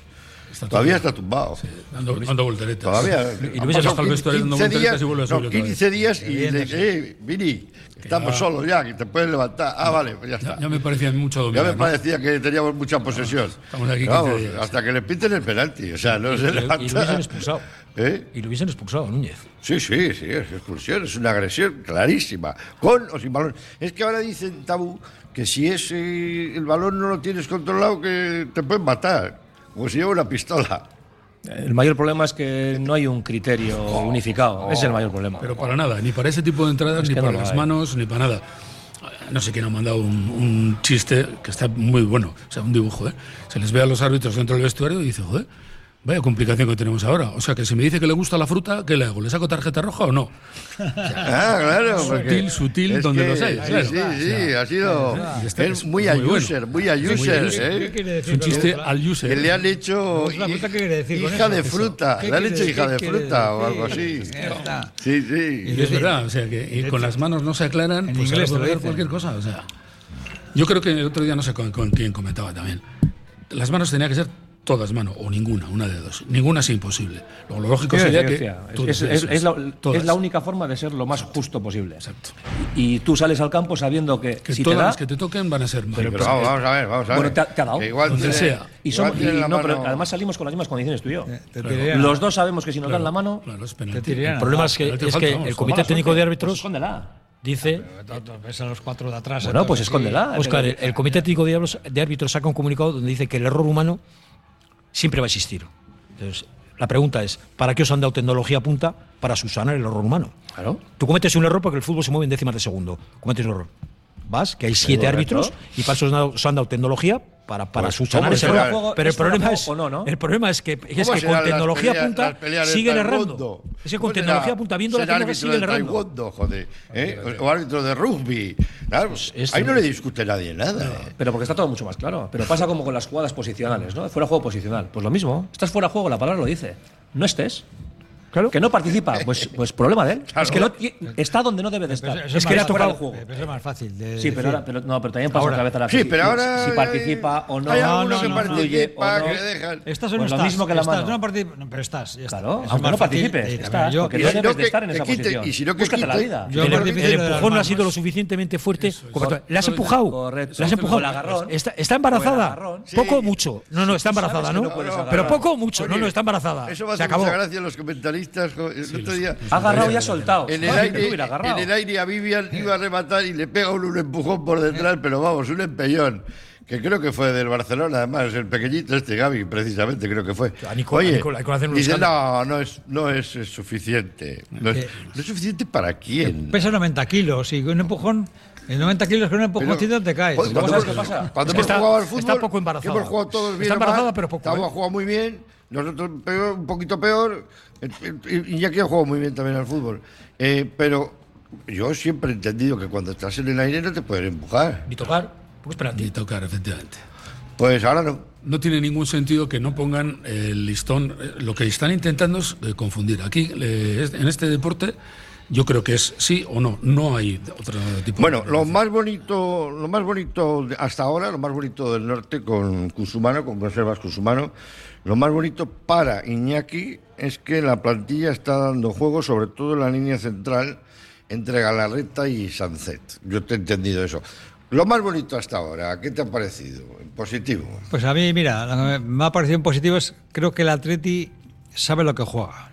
Speaker 3: Está
Speaker 1: todavía
Speaker 3: tumbado.
Speaker 1: está tumbado.
Speaker 3: Dando, dando volteretas.
Speaker 1: Todavía.
Speaker 3: Y
Speaker 1: han
Speaker 3: lo ves
Speaker 1: pasado
Speaker 3: hasta el vestuario dando
Speaker 1: 15
Speaker 3: volteretas
Speaker 1: días,
Speaker 3: y vuelve a
Speaker 1: no,
Speaker 3: subir otra vez.
Speaker 1: 15 días y le dice, eh, Vini, estamos solos ya, que te puedes levantar. Ah, vale, pues ya está.
Speaker 3: Ya, ya me parecía mucho
Speaker 1: Ya
Speaker 3: dominar.
Speaker 1: me
Speaker 3: ¿no?
Speaker 1: parecía que teníamos mucha posesión.
Speaker 3: estamos aquí
Speaker 1: Pero
Speaker 3: 15
Speaker 1: Vamos,
Speaker 3: días.
Speaker 1: hasta que le pinten el penalti. O sea, no se
Speaker 2: Y lo hubiesen
Speaker 1: levanta.
Speaker 2: expulsado.
Speaker 1: ¿Eh?
Speaker 2: Y lo hubiesen expulsado a Núñez.
Speaker 1: Sí, sí, sí, es expulsión, es una agresión clarísima, con o sin balón. Es que ahora dicen tabú que si es eh, el balón no lo tienes controlado que te pueden matar, como si lleva una pistola.
Speaker 4: El mayor problema es que no hay un criterio unificado. Ese es el mayor problema.
Speaker 3: Pero para nada, ni para ese tipo de entradas, ni
Speaker 4: que no
Speaker 3: para
Speaker 4: lo
Speaker 3: las
Speaker 4: hay.
Speaker 3: manos, ni para nada. No sé quién ha mandado un, un chiste que está muy bueno, o sea, un dibujo. ¿eh? Se les ve a los árbitros dentro del vestuario y dice, joder, vaya complicación que tenemos ahora. O sea, que si me dice que le gusta la fruta, ¿qué le hago? ¿Le saco tarjeta roja o no?
Speaker 1: Ah, claro. porque
Speaker 3: sutil,
Speaker 1: es
Speaker 3: donde
Speaker 1: que-
Speaker 3: los hay, claro.
Speaker 1: Sí, sí, sí, ha sido
Speaker 3: Y este
Speaker 1: es
Speaker 3: es
Speaker 1: muy
Speaker 3: muy
Speaker 1: a
Speaker 3: bueno.
Speaker 1: user, muy a
Speaker 3: muy
Speaker 1: user,
Speaker 3: user.
Speaker 1: ¿eh?
Speaker 5: ¿Qué quiere
Speaker 3: Es
Speaker 5: decir?
Speaker 3: un
Speaker 5: lo
Speaker 3: chiste
Speaker 5: de-
Speaker 3: al
Speaker 1: Que
Speaker 3: user.
Speaker 1: le han hecho
Speaker 5: La fruta, ¿qué quiere decir con
Speaker 1: hija
Speaker 5: eso?
Speaker 1: de fruta,
Speaker 5: ¿Qué
Speaker 1: le han
Speaker 5: quiere
Speaker 1: hecho hija de
Speaker 5: decir? ¿Qué
Speaker 1: fruta o
Speaker 5: quiere
Speaker 1: algo así.
Speaker 5: decir? Ya está.
Speaker 1: Sí, sí.
Speaker 3: Y es verdad, o sea, que y con las manos no se aclaran,
Speaker 5: En
Speaker 3: pues ahora
Speaker 5: inglés te lo
Speaker 3: puede haber
Speaker 5: dicen.
Speaker 3: cualquier cosa. O sea, yo creo que el otro día no sé con, con quién comentaba también. Las manos tenía que ser todas mano o ninguna, una de dos. Ninguna es imposible. Lo, lo lógico
Speaker 4: Tiene
Speaker 3: sería que
Speaker 4: ciencia.
Speaker 3: todas,
Speaker 4: Es, es-
Speaker 3: eso
Speaker 4: es la,
Speaker 3: todas.
Speaker 4: es la única forma de ser lo más justo posible. Exacto. Y tú sales al campo sabiendo que,
Speaker 3: que
Speaker 4: si te
Speaker 3: todas
Speaker 4: da,
Speaker 3: las que te toquen van a ser manos.
Speaker 1: Pero vamos, vamos a ver, vamos a ver.
Speaker 4: Bueno, te ha- te ha dado.
Speaker 1: Que Igual
Speaker 3: Donde
Speaker 1: tiene-
Speaker 3: sea.
Speaker 4: y
Speaker 1: igual
Speaker 4: somos- y
Speaker 1: tiene la
Speaker 4: no, pero
Speaker 1: mano- Eh,
Speaker 4: además salimos con las mismas condiciones tú y yo.
Speaker 5: Te tirarían-
Speaker 4: Los dos sabemos que si nos dan la mano,
Speaker 3: Claro, es penalti.
Speaker 5: te tirarían.
Speaker 2: El problema es que,
Speaker 3: Pero te
Speaker 2: es
Speaker 3: falta,
Speaker 2: que
Speaker 3: vamos,
Speaker 2: el
Speaker 3: con
Speaker 2: Comité
Speaker 4: mala
Speaker 2: Técnico
Speaker 4: suerte,
Speaker 2: de
Speaker 4: pues
Speaker 2: Árbitros
Speaker 4: escóndela.
Speaker 2: dice
Speaker 5: Ves a los cuatro de atrás. eh,
Speaker 4: Bueno, pues
Speaker 5: entonces, sí.
Speaker 4: escóndela.
Speaker 2: Óscar,
Speaker 4: Ah,
Speaker 2: eh.
Speaker 4: pero-
Speaker 2: el, el Comité Técnico de, Árbitros- de Árbitros saca un comunicado donde dice que el error humano siempre va a existir. Entonces, la pregunta es, ¿para qué os han dado tecnología punta para subsanar el error humano?
Speaker 4: Claro.
Speaker 2: Tú cometes un error porque el fútbol se mueve en décimas de segundo. Cometes un error. Vas, que hay siete
Speaker 4: correcto.
Speaker 2: árbitros y para eso os han dado- os han dado tecnología para, para
Speaker 1: Pues,
Speaker 2: subsanar
Speaker 1: ¿cómo
Speaker 2: ese
Speaker 1: será?
Speaker 2: error. Pero el
Speaker 4: ¿Es fuera de
Speaker 2: problema
Speaker 4: juego
Speaker 2: es,
Speaker 4: o no, no?
Speaker 2: el problema es que, es
Speaker 1: ¿Cómo
Speaker 2: que
Speaker 1: serán
Speaker 2: con
Speaker 1: las
Speaker 2: tecnología
Speaker 1: peleas- las
Speaker 2: punta
Speaker 1: peleas de
Speaker 2: siguen
Speaker 1: taekwondo?
Speaker 2: errando. Es que con
Speaker 1: ¿Cómo será
Speaker 2: tecnología punta viendo la
Speaker 1: ser
Speaker 2: tecnología
Speaker 1: árbitro
Speaker 2: siguen
Speaker 1: de
Speaker 2: errando.
Speaker 1: taekwondo, joder, ¿eh? O- O árbitro de rugby. Claro, pues,
Speaker 2: Este es-
Speaker 1: ahí no le discute nadie nada. ¿eh?
Speaker 4: Pero porque está todo mucho más claro. Pero pasa como con las jugadas posicionales, ¿no? Fuera de juego posicional. Pues lo mismo. Estás fuera de juego, la palabra lo dice. No estés. Claro. Que no participa, pues, pues problema de él.
Speaker 1: Claro.
Speaker 4: Es que no ti- está donde no debe de
Speaker 5: Pero
Speaker 4: estar.
Speaker 5: eso
Speaker 4: es que le ha
Speaker 5: eh, más
Speaker 4: tocado el
Speaker 5: fácil,
Speaker 4: juego.
Speaker 5: eh, Pero es más fácil. de
Speaker 4: Sí,
Speaker 5: decir.
Speaker 4: pero, ahora, pero, no, pero también pasa
Speaker 5: Ahora.
Speaker 4: otra vez a la
Speaker 1: Sí,
Speaker 4: si-
Speaker 1: pero ahora.
Speaker 4: Si participa o no.
Speaker 1: Hay alguno
Speaker 5: no,
Speaker 1: que
Speaker 5: no, no.
Speaker 1: participa,
Speaker 4: Oye, o no.
Speaker 1: que dejan.
Speaker 5: Estás o no
Speaker 4: Pues lo
Speaker 5: estás.
Speaker 4: mismo que la
Speaker 5: estás,
Speaker 4: mano.
Speaker 5: no particip- no, pero estás. ya está.
Speaker 4: Claro,
Speaker 5: Es
Speaker 4: aunque
Speaker 5: más
Speaker 4: no
Speaker 5: fácil
Speaker 4: participes,
Speaker 5: de ir. A
Speaker 4: estás,
Speaker 5: ver, yo-
Speaker 4: porque
Speaker 1: Y
Speaker 4: no
Speaker 1: si no
Speaker 4: debes
Speaker 1: eh,
Speaker 4: de
Speaker 1: que-
Speaker 4: estar en
Speaker 1: que
Speaker 4: esa
Speaker 1: quite-
Speaker 4: posición.
Speaker 1: y si no que
Speaker 4: Búscate la
Speaker 1: quite.
Speaker 4: vida.
Speaker 5: Yo
Speaker 2: el,
Speaker 5: creo
Speaker 2: el
Speaker 5: que tiene las
Speaker 2: empujón no ha
Speaker 5: manos-
Speaker 2: sido lo suficientemente fuerte. como para-
Speaker 3: Correcto.
Speaker 2: ¿Le has empujado?
Speaker 4: Correcto.
Speaker 2: ¿Le has empujado?
Speaker 4: Con el agarrón.
Speaker 2: Está, está embarazada.
Speaker 4: Con el agarrón.
Speaker 2: Poco o
Speaker 1: Sí.
Speaker 2: mucho. No, no, está embarazada,
Speaker 4: sabes
Speaker 2: ¿no?
Speaker 4: que no puedes agarrar.
Speaker 2: Pero poco o mucho. No,
Speaker 1: Oye,
Speaker 2: no, está embarazada.
Speaker 1: Eso va a
Speaker 2: Se
Speaker 1: hacer
Speaker 2: acabó.
Speaker 1: mucha gracia a los comentaristas. jo- El otro día.
Speaker 4: Ha agarrado y ha soltado.
Speaker 1: En el,
Speaker 4: Joder, que tú
Speaker 1: aire,
Speaker 4: hubiera agarrado.
Speaker 1: en el aire a Vivian iba a rematar y le pega un, un empujón por detrás, pero vamos, un empellón. Que creo que fue del Barcelona, además, el pequeñito este Gaby, precisamente, creo que fue.
Speaker 2: A Nicola- a Nicola- a Nicola hacen un
Speaker 1: dice,
Speaker 2: escándalo.
Speaker 1: no, no es, no es, eh, suficiente. No es,
Speaker 2: eh,
Speaker 5: Que-
Speaker 1: no es suficiente para quién.
Speaker 5: Pesa 90 kilos y con un empujón. En 90 kilos con un empujoncito te caes.
Speaker 2: Pues,
Speaker 3: pues
Speaker 1: Joder, cuando
Speaker 4: sabes
Speaker 1: hemos-
Speaker 4: qué pasa?
Speaker 1: Cuando
Speaker 2: Es que
Speaker 1: hemos
Speaker 2: está-
Speaker 1: jugado al
Speaker 2: está
Speaker 1: fútbol,
Speaker 2: poco embarazada.
Speaker 1: hemos jugado todos bien.
Speaker 2: Está
Speaker 1: o mal,
Speaker 2: embarazada, pero poco,
Speaker 1: Estamos
Speaker 2: ¿eh?
Speaker 1: jugado muy bien, nosotros peor- un poquito peor. Y ya que ha jugado muy bien también al fútbol. Eh, pero yo siempre he entendido que cuando estás en el aire no te pueden empujar.
Speaker 2: Ni tocar. Porque es penalti.
Speaker 3: Ni tocar, efectivamente.
Speaker 1: Pues ahora no.
Speaker 3: No tiene ningún sentido que no pongan el listón. Eh, Lo que están intentando es eh, confundir. Aquí, eh, es- en este deporte, yo creo que es sí o no. No hay otro tipo de-
Speaker 5: Pues
Speaker 1: Bueno, lo más bonito, lo más bonito de- hasta ahora, lo más bonito del norte con Cusumano, con Conservas Cusumano, lo más bonito para Iñaki es que la plantilla está dando juego, sobre todo en la línea central entre Galarreta y Sancet. Yo te he entendido eso. Lo más bonito hasta ahora, ¿qué te ha parecido? En positivo.
Speaker 5: Pues a mí, mira, lo que me ha parecido en positivo es creo que el Atleti sabe lo que juega.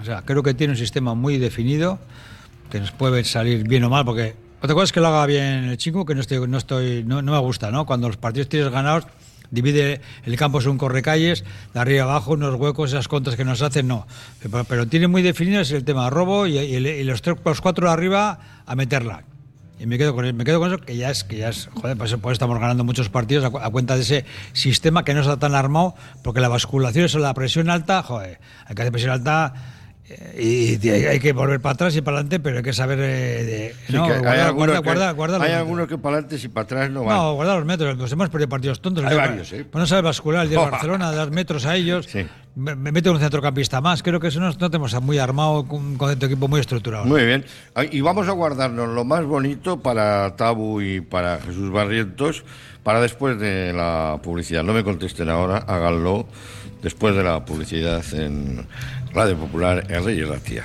Speaker 5: O sea, creo que tiene un sistema muy definido que nos puede salir bien o mal, porque otra cosa es que lo haga bien el chico, que no estoy, no estoy, no, no me gusta, ¿no? Cuando los partidos tienes ganados, divide el campo es un correcalles, de arriba abajo, unos huecos, esas contras que nos hacen, no. Pero, pero tiene muy definido es el tema robo y, y el- y los tres, los cuatro de arriba a meterla. Y me quedo con, me quedo con eso, que ya es, que ya es, joder, pues, pues estamos ganando muchos partidos a, cu- a cuenta de ese sistema que no está tan armado, porque la basculación es la presión alta, joder, hay que hacer presión alta eh, y, y hay, hay que volver para atrás y para adelante, pero hay que saber, eh, de-
Speaker 1: Sí,
Speaker 5: no,
Speaker 1: que
Speaker 5: guarda-
Speaker 1: algunos
Speaker 5: guarda-
Speaker 1: que-
Speaker 5: guarda- guarda los
Speaker 1: hay
Speaker 5: metros.
Speaker 1: algunos que para adelante y para atrás no van.
Speaker 5: No, guardar los metros, nos hemos perdido partidos tontos.
Speaker 1: Hay
Speaker 5: ¿no?
Speaker 1: varios, ¿eh?
Speaker 5: Pues no sabes bascular el de Barcelona, dar metros a ellos.
Speaker 1: Sí.
Speaker 5: Me, me mete un centrocampista más, creo que eso no, no tenemos muy armado, un concepto de equipo muy estructurado.
Speaker 1: Muy bien. Ah, Y vamos a guardarnos lo más bonito para Tabu y para Jesús Barrientos para después de la publicidad. No me contesten ahora, háganlo después de la publicidad en Radio Popular en Reyes la Tía.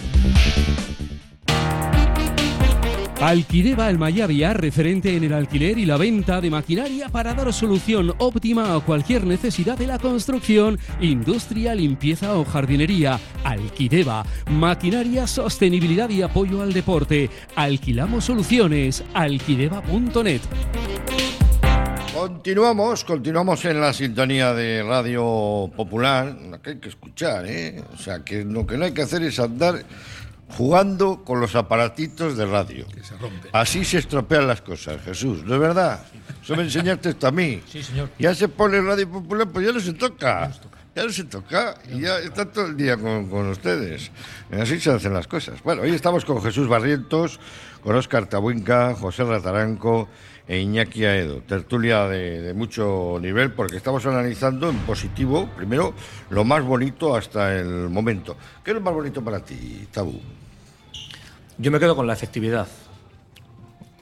Speaker 6: Alquideva Almayavia, referente en el alquiler y la venta de maquinaria para dar solución óptima a cualquier necesidad de la construcción, industria, limpieza o jardinería. Alquideva, maquinaria, sostenibilidad y apoyo al deporte. Alquilamos soluciones. Alquideva.net.
Speaker 1: Continuamos, continuamos en la sintonía de Radio Popular, la que hay que escuchar, ¿eh? O sea, que lo que no hay que hacer es andar jugando con los aparatitos de radio.
Speaker 3: Que se rompe.
Speaker 1: Así se estropean las cosas, Jesús, ¿no es verdad? Eso me enseñaste esto a mí.
Speaker 2: Sí, señor.
Speaker 1: Ya se pone Radio Popular, pues ya no se toca. Ya no se toca y ya está todo el día con, con ustedes. Así se hacen las cosas. Bueno, hoy estamos con Jesús Barrientos, con Óscar Tabuinca, José Rataranco e Iñaki Aedo. Tertulia de, de mucho nivel porque estamos analizando en positivo, primero, lo más bonito hasta el momento. ¿Qué es lo más bonito para ti, Tabú?
Speaker 4: Yo me quedo con la efectividad.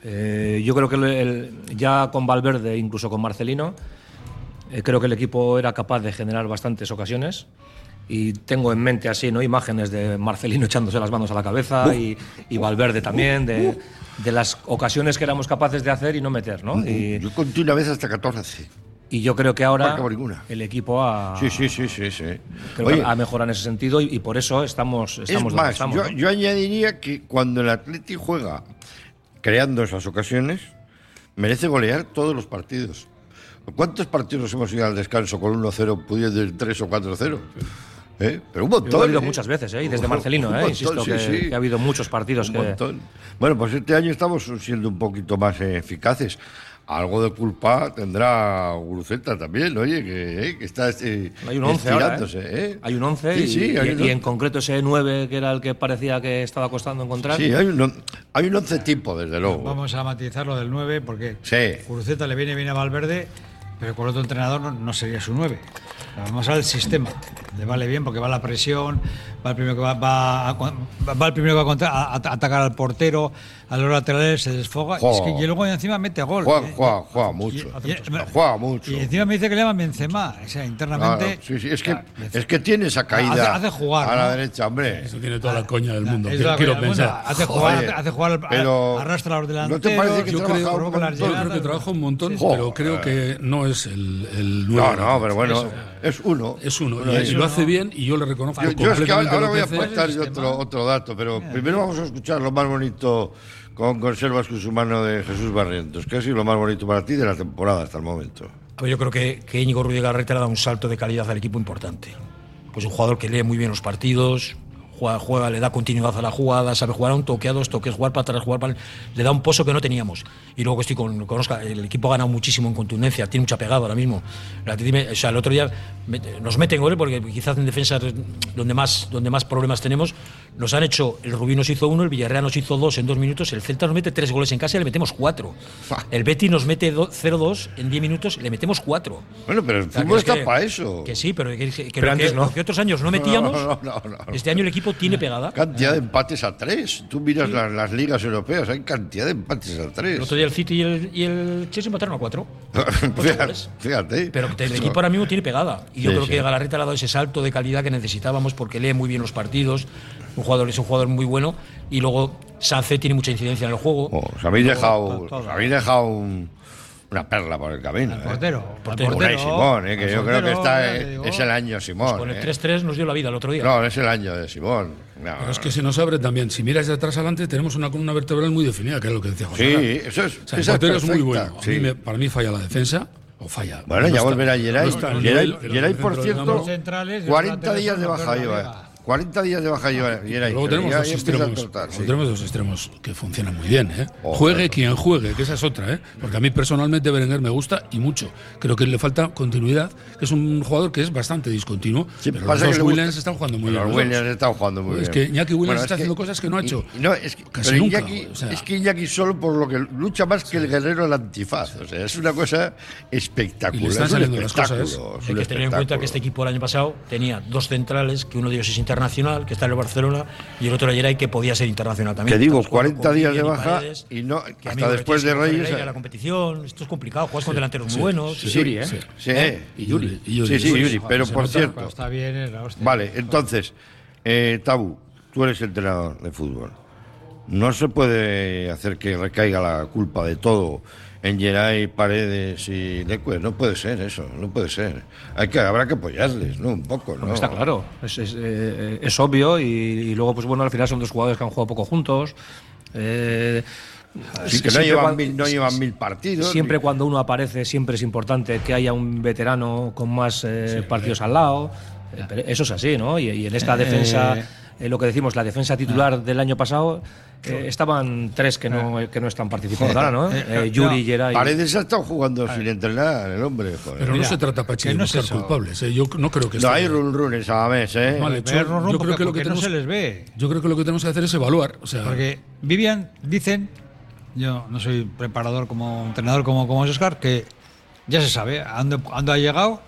Speaker 4: Eh, yo creo que el- el- ya con Valverde, incluso con Marcelino, eh, creo que el equipo era capaz de generar bastantes ocasiones. Y tengo en mente así, ¿no? Imágenes de Marcelino echándose las manos a la cabeza
Speaker 1: Uh.
Speaker 4: y, y Valverde también, de, de las ocasiones que éramos capaces de hacer y no meter,
Speaker 1: Uh.
Speaker 4: ¿no? Y,
Speaker 1: Yo conté una vez hasta 14.
Speaker 4: y yo creo que ahora
Speaker 1: Marca ninguna.
Speaker 4: el equipo ha,
Speaker 1: Sí, sí, sí, sí, sí.
Speaker 4: creo que
Speaker 1: Oye,
Speaker 4: ha mejorado en ese sentido y, y por eso estamos, estamos
Speaker 1: es
Speaker 4: donde
Speaker 1: más,
Speaker 4: estamos.
Speaker 1: yo,
Speaker 4: ¿no?
Speaker 1: yo añadiría que cuando el Atleti juega creando esas ocasiones, merece golear todos los partidos. ¿Cuántos partidos hemos ido al descanso con 1-0, pudiendo ir 3 o 4-0? ¿Eh? Pero un montón.
Speaker 4: Yo he oído
Speaker 1: ¿eh?
Speaker 4: muchas veces, ¿eh? Y desde
Speaker 1: Un
Speaker 4: Marcelino, ¿eh?
Speaker 1: montón,
Speaker 4: Insisto
Speaker 1: sí,
Speaker 4: que,
Speaker 1: sí.
Speaker 4: que ha habido muchos partidos
Speaker 1: Un
Speaker 4: que...
Speaker 1: montón. Bueno, pues este año estamos siendo un poquito más eh, eficaces. Algo de culpa tendrá Guruceta también, oye, que, eh, que está eh,
Speaker 4: Hay un 11 ahora, ¿eh?
Speaker 1: estirándose, ¿eh?
Speaker 4: Hay un 11
Speaker 1: Sí,
Speaker 4: y,
Speaker 1: sí, hay
Speaker 4: y-
Speaker 1: un
Speaker 4: y en
Speaker 1: once.
Speaker 4: concreto ese 9 que era el que parecía que estaba costando encontrar.
Speaker 1: Sí, hay un, on- hay un 11 tipo, desde luego.
Speaker 5: Vamos a matizar lo del 9 porque
Speaker 1: Sí.
Speaker 5: Curuceta le viene bien a Valverde, pero con otro entrenador no, no sería su 9. Vamos al sistema. Le vale bien porque va la presión, va el primero que va, va, a- va el primero que va a, contra- a- a atacar al portero, a los laterales se desfoga.
Speaker 1: Jo.
Speaker 5: Es que- y luego encima mete gol.
Speaker 1: Juega,
Speaker 5: Eh,
Speaker 1: juega, juega mucho.
Speaker 5: y-
Speaker 1: Juega mucho.
Speaker 5: Y encima me dice que le llaman Benzema, o sea,
Speaker 1: Claro,
Speaker 5: internamente.
Speaker 1: sí, sí, es, que,
Speaker 5: Ah, Benzema.
Speaker 1: es que tiene esa caída
Speaker 5: Hace- hace jugar,
Speaker 1: a la
Speaker 5: ¿no?
Speaker 1: derecha, hombre.
Speaker 3: Eso tiene toda la coña del mundo.
Speaker 5: Ah, Es
Speaker 3: quiero
Speaker 5: la
Speaker 3: quiero
Speaker 5: buena,
Speaker 3: pensar.
Speaker 5: Hace jugar,
Speaker 1: Joder,
Speaker 5: hace jugar al-
Speaker 1: pero
Speaker 5: arrastra a los
Speaker 1: ¿no
Speaker 5: delanteros.
Speaker 1: te parece que
Speaker 5: yo
Speaker 1: trabaja
Speaker 5: creo-
Speaker 1: un
Speaker 5: provoca las
Speaker 1: montón?
Speaker 3: Yo creo que
Speaker 5: llegadas.
Speaker 3: trabaja un montón,
Speaker 1: Sí.
Speaker 3: pero creo que no es el, el
Speaker 1: No,
Speaker 3: nuevo.
Speaker 1: no, pero bueno, es uno.
Speaker 3: Es uno, y-
Speaker 1: de
Speaker 3: y,
Speaker 1: ellos.
Speaker 3: lo hace bien y yo le reconozco
Speaker 1: Yo, yo es que ahora,
Speaker 3: completamente
Speaker 1: ahora
Speaker 3: lo
Speaker 1: voy a
Speaker 3: hace.
Speaker 1: aportar yo otro, otro dato, pero primero vamos a escuchar lo más bonito con Conservas con su mano de Jesús Barrientos. ¿Qué ha sido lo más bonito para ti de la temporada hasta el momento?
Speaker 2: A ver, yo creo que, que Íñigo Ruiz Garreta le ha dado un salto de calidad al equipo importante. Pues un jugador que lee muy bien los partidos, un Juega, juega, le da continuidad a la jugada, sabe jugar a un toque, a dos toques, jugar para atrás, jugar para. Le da un pozo que no teníamos. Y luego estoy con, con Oscar, el equipo ha ganado muchísimo en contundencia, tiene mucha pegada ahora mismo. El Atleti me- o sea, el otro día me- nos meten goles porque quizás en defensa donde más, donde más problemas tenemos, nos han hecho, el Rubí nos hizo uno, el Villarreal nos hizo dos en dos minutos, el Celta nos mete tres goles en casa y le metemos cuatro. El Betty nos mete do- 0-2 en diez minutos y le metemos cuatro.
Speaker 1: Bueno, pero el
Speaker 2: O sea,
Speaker 1: fútbol
Speaker 2: que es
Speaker 1: está
Speaker 2: que-
Speaker 1: para eso.
Speaker 2: Que sí, pero que, que- que
Speaker 4: Pero
Speaker 2: lo que-
Speaker 4: antes no.
Speaker 2: lo que otros años no metíamos,
Speaker 1: No, no, no, no.
Speaker 2: este año el equipo tiene pegada.
Speaker 1: Cantidad de empates a tres. Tú miras las, las ligas europeas, hay cantidad de empates a tres.
Speaker 2: El otro día el City y el, y el Chelsea mataron a cuatro.
Speaker 1: fíjate, fíjate.
Speaker 2: Pero el
Speaker 1: Eso.
Speaker 2: equipo ahora mismo tiene pegada. Y yo
Speaker 1: Sí,
Speaker 2: creo
Speaker 1: sí.
Speaker 2: que Galarreta le ha dado ese salto de calidad que necesitábamos porque lee muy bien los partidos. Un jugador es un jugador muy bueno. Y luego Sancé tiene mucha incidencia en el juego.
Speaker 1: Oh, os habéis dejado, os
Speaker 5: todo.
Speaker 1: habéis dejado un- una perla por el camino. ¿eh?
Speaker 5: Portero. al
Speaker 2: portero.
Speaker 1: Una y Simón, ¿eh? que
Speaker 5: al
Speaker 1: yo creo que
Speaker 5: portero,
Speaker 1: está,
Speaker 5: ya te
Speaker 1: eh,
Speaker 5: digo.
Speaker 1: es el año Simón.
Speaker 2: Con el
Speaker 1: ¿eh?
Speaker 2: 3-3 nos dio la vida el otro día.
Speaker 1: No, es el año de Simón. No.
Speaker 3: Pero es que se nos abre también. Si miras de atrás adelante, tenemos una columna vertebral muy definida, que es lo que decía José.
Speaker 1: Sí,
Speaker 3: Ramón.
Speaker 1: eso es.
Speaker 3: O sea, el
Speaker 1: esa
Speaker 3: portero es muy
Speaker 1: perfecta,
Speaker 3: bueno. A
Speaker 1: sí.
Speaker 3: mí me- para mí falla la defensa o falla.
Speaker 1: Bueno, ya volverá Geray. Geray, Geray, por cierto,
Speaker 5: Los centrales y los
Speaker 1: 40
Speaker 5: laterales
Speaker 1: días de
Speaker 5: son los
Speaker 1: baja
Speaker 5: peores de la
Speaker 1: lleva. 40 días de baja lleva Geray.
Speaker 3: Luego
Speaker 1: pero
Speaker 3: tenemos
Speaker 1: ya-
Speaker 3: dos
Speaker 1: ya empieza a
Speaker 3: extremos.
Speaker 1: trotar,
Speaker 3: luego
Speaker 1: sí.
Speaker 3: Tenemos dos extremos que funcionan muy bien. ¿eh?
Speaker 1: Oh,
Speaker 3: Juegue
Speaker 1: claro.
Speaker 3: quien juegue, que esa es otra. ¿eh? Porque a mí personalmente Berenguer me gusta y mucho. Creo que le falta continuidad, que es un jugador que es bastante discontinuo.
Speaker 1: Sí,
Speaker 3: pero los
Speaker 1: pasa
Speaker 3: dos
Speaker 1: que le gusta-
Speaker 3: Williams están jugando muy
Speaker 1: Los
Speaker 3: bien. los
Speaker 1: Williams
Speaker 3: dos.
Speaker 1: están jugando muy
Speaker 3: Es
Speaker 1: bien.
Speaker 3: que Iñaki Williams
Speaker 1: Bueno,
Speaker 3: está
Speaker 1: es que-
Speaker 3: haciendo cosas que no ha
Speaker 1: y-
Speaker 3: hecho
Speaker 1: y no, es que,
Speaker 3: casi
Speaker 1: pero
Speaker 3: nunca,
Speaker 1: Iñaki,
Speaker 3: o sea.
Speaker 1: es que Iñaki solo por lo que lucha más que el guerrero el antifaz. O sea, es una cosa espectacular.
Speaker 3: Y le están
Speaker 1: es un
Speaker 3: saliendo las cosas.
Speaker 1: espectáculo, es
Speaker 2: Hay
Speaker 1: un
Speaker 2: que tener en cuenta que este
Speaker 1: espectáculo.
Speaker 2: equipo el año pasado tenía dos centrales, que uno de ellos es internacional, que está en el Barcelona, y el otro ayer hay que podía ser internacional también.
Speaker 1: Te digo,
Speaker 2: Estás jugando
Speaker 1: 40
Speaker 2: con
Speaker 1: días de
Speaker 2: Guille y
Speaker 1: baja
Speaker 2: Paredes,
Speaker 1: y no-
Speaker 2: que
Speaker 1: hasta
Speaker 2: amigo, le
Speaker 1: después
Speaker 2: tienes
Speaker 1: de
Speaker 2: que poner
Speaker 1: Reyes,
Speaker 2: aire a la competición, esto es complicado, juegas con delanteros muy buenos.
Speaker 3: sí.
Speaker 1: Sí,
Speaker 4: Yuri, ¿eh?
Speaker 1: sí, Pues sí,
Speaker 3: Y Yuri, y
Speaker 1: sí,
Speaker 3: Yuri.
Speaker 1: sí, Yuri,
Speaker 3: Sí,
Speaker 1: pero
Speaker 3: se
Speaker 1: por
Speaker 3: nota
Speaker 1: cierto,
Speaker 5: Está bien, es la hostia.
Speaker 1: Vale, entonces, eh, Tabu, tú eres entrenador de fútbol. No se puede hacer que recaiga la culpa de todo en Geray, Paredes y Leque. No puede ser eso, no puede ser. Hay que, habrá que apoyarles, ¿no? Un poco, ¿no?
Speaker 4: Bueno, pues Está claro, es, es, eh, es obvio y, y luego, pues bueno, al final son dos jugadores que han jugado poco juntos. Eh,
Speaker 1: Sí, que no
Speaker 4: siempre
Speaker 1: llevan,
Speaker 4: cuan-
Speaker 1: mil, no llevan mil partidos.
Speaker 4: Siempre
Speaker 1: ni-
Speaker 4: cuando uno aparece, siempre es importante que haya un veterano con más eh, partidos al lado. Eh, pero Eso es así, ¿no? Y, y en esta defensa, eh, lo que decimos, la defensa titular del año pasado, eh, estaban tres que no, que no están participando ahora, ¿no? Eh, Yuri, Geray.
Speaker 1: Paredes ha estado jugando sin entrenar, el hombre, joder.
Speaker 3: Pero
Speaker 5: Mira,
Speaker 3: no se trata, Pachi, de
Speaker 5: que no es
Speaker 3: buscar
Speaker 5: eso.
Speaker 3: culpables. ¿eh? Yo no creo que
Speaker 1: no
Speaker 3: esto-
Speaker 1: hay run runes a la vez, ¿eh?
Speaker 3: Mal hecho.
Speaker 5: Ver, no, no,
Speaker 3: Yo
Speaker 5: porque-
Speaker 3: creo que lo que
Speaker 5: porque no
Speaker 3: tenemos-
Speaker 5: se les ve.
Speaker 3: Yo creo que lo que tenemos que hacer es evaluar. O sea,
Speaker 5: Porque Vivian, dicen, yo no soy preparador como entrenador como, como es Oscar, que ya se sabe, ando, ando ha llegado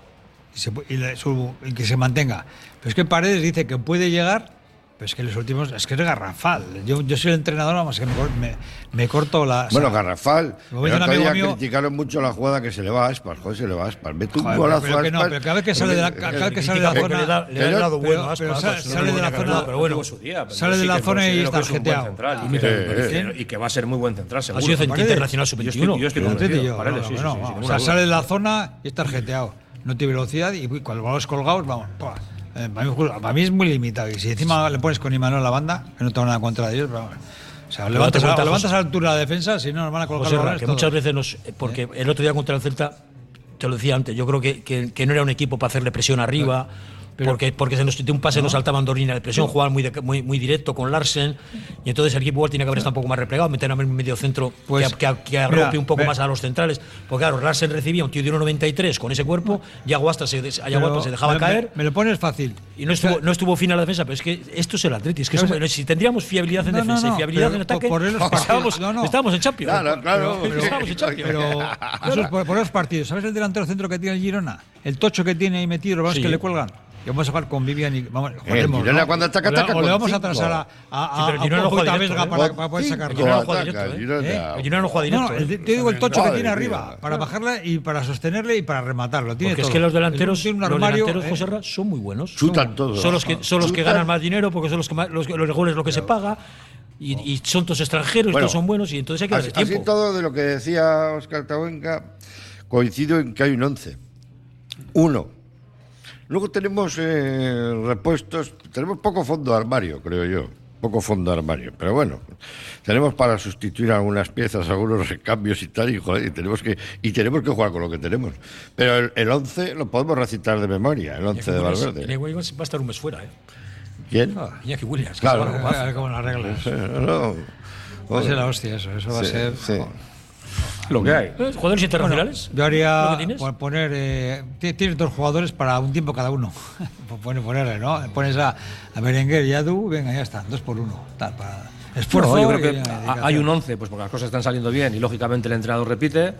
Speaker 5: y, se pu- y le- su- y que se mantenga. Pero es que Paredes dice que puede llegar, pero es que los últimos, es que es garrafal. Yo, yo soy el entrenador, vamos, que me, cor- me- me corto la... o sea,
Speaker 1: Bueno, Garrafal,
Speaker 5: como
Speaker 1: el
Speaker 5: dice un
Speaker 1: otro día
Speaker 5: amigo mío-
Speaker 1: criticaron mucho la jugada que se le va a Aspas, joder, se le va a Aspas. Mete un
Speaker 5: joder,
Speaker 1: golazo
Speaker 5: pero
Speaker 1: a Eh,
Speaker 5: que no,
Speaker 1: Aspas.
Speaker 5: pero cada vez que sale de la, cada vez que sale de la
Speaker 2: Critica porque
Speaker 5: zona...
Speaker 2: le da, le da
Speaker 1: Pero-
Speaker 2: el lado bueno
Speaker 5: pero-
Speaker 2: a Aspas,
Speaker 5: pero
Speaker 2: Aspas,
Speaker 5: sa-
Speaker 2: no
Speaker 5: sale
Speaker 2: le
Speaker 5: de la
Speaker 2: niega
Speaker 5: zona-
Speaker 2: nada, pero bueno,
Speaker 4: Tuvo su día, pero
Speaker 5: sale
Speaker 4: sí
Speaker 5: de la
Speaker 4: que
Speaker 5: zona y
Speaker 4: considero
Speaker 5: está
Speaker 4: que es un buen
Speaker 5: argenteado.
Speaker 4: central
Speaker 5: Ah,
Speaker 4: y, que,
Speaker 1: eh,
Speaker 4: y que- y que va a ser muy buen central, seguro.
Speaker 2: sido
Speaker 4: Paredes.
Speaker 2: internacional sub-21.
Speaker 4: Yo estoy, yo estoy
Speaker 2: Pero
Speaker 5: Atlético,
Speaker 4: convencido,
Speaker 5: yo,
Speaker 4: Paredes,
Speaker 5: no,
Speaker 4: sí, sí,
Speaker 5: no,
Speaker 4: sí, sin
Speaker 5: vamos, o
Speaker 4: ninguna
Speaker 5: sea,
Speaker 4: duda.
Speaker 5: sale de la zona y está arjeteado. No tiene velocidad y uy, con los balones colgados, vamos. pa. Eh, para, mí, ju- para mí es muy limitado. Y si encima le pones con Imanol a la banda, que no tengo nada contra ellos, pero vamos. O sea, levantas,
Speaker 2: cuenta,
Speaker 5: a, levantas
Speaker 2: José.
Speaker 5: a la altura de la defensa, si no nos van a colocar
Speaker 2: José Ra,
Speaker 5: balones
Speaker 2: que
Speaker 5: todos.
Speaker 2: muchas veces nos. eh, Porque el otro día contra el Celta, te lo decía antes, yo creo que, que- que no era un equipo para hacerle presión arriba. porque, porque se nos, de un pase nos saltaban dos líneas de presión, jugaban muy, de- muy, muy directo con Larsen. Y entonces el equipo igual tiene que haber estado un poco más replegado, meter a un medio centro
Speaker 5: Pues,
Speaker 2: que, que, que
Speaker 5: mira,
Speaker 2: arrope un poco
Speaker 5: ve-
Speaker 2: más a los centrales. Porque claro, Larsen recibía un tío de 1.93 con ese cuerpo, y Aguasta se, des-
Speaker 5: Ah. Pero
Speaker 2: Ayaguaspa pues, se dejaba
Speaker 5: me-
Speaker 2: caer.
Speaker 5: Me, me lo pones fácil.
Speaker 2: Y no estuvo, no estuvo fin a la defensa, pero es que esto es el Atleti. Es que
Speaker 5: Claro,
Speaker 2: somos- si tendríamos fiabilidad en
Speaker 5: No, no,
Speaker 2: defensa
Speaker 5: no,
Speaker 2: y fiabilidad
Speaker 5: pero
Speaker 2: en ataque,
Speaker 5: por- por los partidos-
Speaker 2: estábamos,
Speaker 5: no, no.
Speaker 2: estábamos en Champions.
Speaker 1: Claro, claro.
Speaker 5: Pero-
Speaker 2: estábamos en Champions.
Speaker 5: Pero eso es por, por los partidos. ¿Sabes el delantero centro que tiene el Girona? El tocho que tiene ahí metido, los balones
Speaker 2: Sí.
Speaker 5: que le cuelgan. Y vamos a jugar con Vivian y vamos,
Speaker 1: el Girona cuando ataca,
Speaker 5: o le,
Speaker 1: ataca
Speaker 5: o le
Speaker 1: con
Speaker 5: vamos a
Speaker 1: cinco.
Speaker 5: atrasar a, a,
Speaker 2: Sí,
Speaker 5: a,
Speaker 2: pero el
Speaker 5: a
Speaker 2: Girona
Speaker 5: un
Speaker 2: lo
Speaker 5: poquito
Speaker 2: juega
Speaker 5: a
Speaker 2: directo,
Speaker 5: Vesga
Speaker 2: ¿eh?
Speaker 5: para, para poder
Speaker 1: Cinco
Speaker 5: sacarlo.
Speaker 2: Girona juega
Speaker 1: ataca,
Speaker 2: directo,
Speaker 1: Girona.
Speaker 2: El Girona no juega
Speaker 5: No,
Speaker 2: directo.
Speaker 5: no,
Speaker 2: ¿eh?
Speaker 5: el- te digo el tocho
Speaker 1: Madre
Speaker 5: que tiene
Speaker 1: mía.
Speaker 5: arriba, para bajarla y para sostenerle y para rematarlo. Tiene
Speaker 2: Porque es
Speaker 5: todo.
Speaker 2: que los delanteros,
Speaker 5: Es un- tiene un
Speaker 2: los
Speaker 5: armario,
Speaker 2: delanteros
Speaker 5: eh,
Speaker 2: José Ra, son muy buenos.
Speaker 1: Chutan
Speaker 2: son,
Speaker 1: todos.
Speaker 2: Son los que, son los que
Speaker 1: Chutan.
Speaker 2: ganan más dinero porque son los que más, los, los goles lo que se paga. Y, y son todos extranjeros,
Speaker 1: Bueno,
Speaker 2: todos son buenos y entonces hay que
Speaker 1: Así,
Speaker 2: darle tiempo.
Speaker 1: así todo de lo que decía Oscar Tabuenca, coincido en que hay un 11. Uno. Luego tenemos eh, repuestos, tenemos poco fondo de armario, creo yo. Poco fondo de armario, pero bueno, tenemos para sustituir algunas piezas, algunos recambios y tal, y, joder, y tenemos, que, y tenemos que jugar con lo que tenemos. Pero el, el 11 lo podemos recitar de memoria, el 11 de
Speaker 2: Igual-
Speaker 1: Valverde.
Speaker 2: igual va a estar un mes fuera. ¿eh?
Speaker 1: ¿Quién?
Speaker 5: Ah, Iñaki Williams. que
Speaker 1: Claro.
Speaker 5: se va a ocupar, a ver cómo lo arreglas.
Speaker 1: No.
Speaker 5: Va a ser la hostia eso. Eso va a
Speaker 1: Sí,
Speaker 5: ser.
Speaker 1: sí.
Speaker 4: Lo que hay.
Speaker 2: ¿Eh? ¿Jugadores internacionales?
Speaker 5: Yo
Speaker 2: ¿Lo
Speaker 5: haría
Speaker 2: que tienes?
Speaker 5: po- poner. Eh, ti- tienes dos jugadores para un tiempo cada uno. Po- Pone, ponerle, ¿no? Pones a, a Berenguer y a Du, venga, ya está, dos por uno. Tal, para esfuerzo.
Speaker 4: Bueno, yo creo
Speaker 5: y-
Speaker 4: que
Speaker 5: y
Speaker 4: ha-
Speaker 5: dedicación.
Speaker 4: hay un 11, pues porque las cosas están saliendo bien y lógicamente el entrenador repite.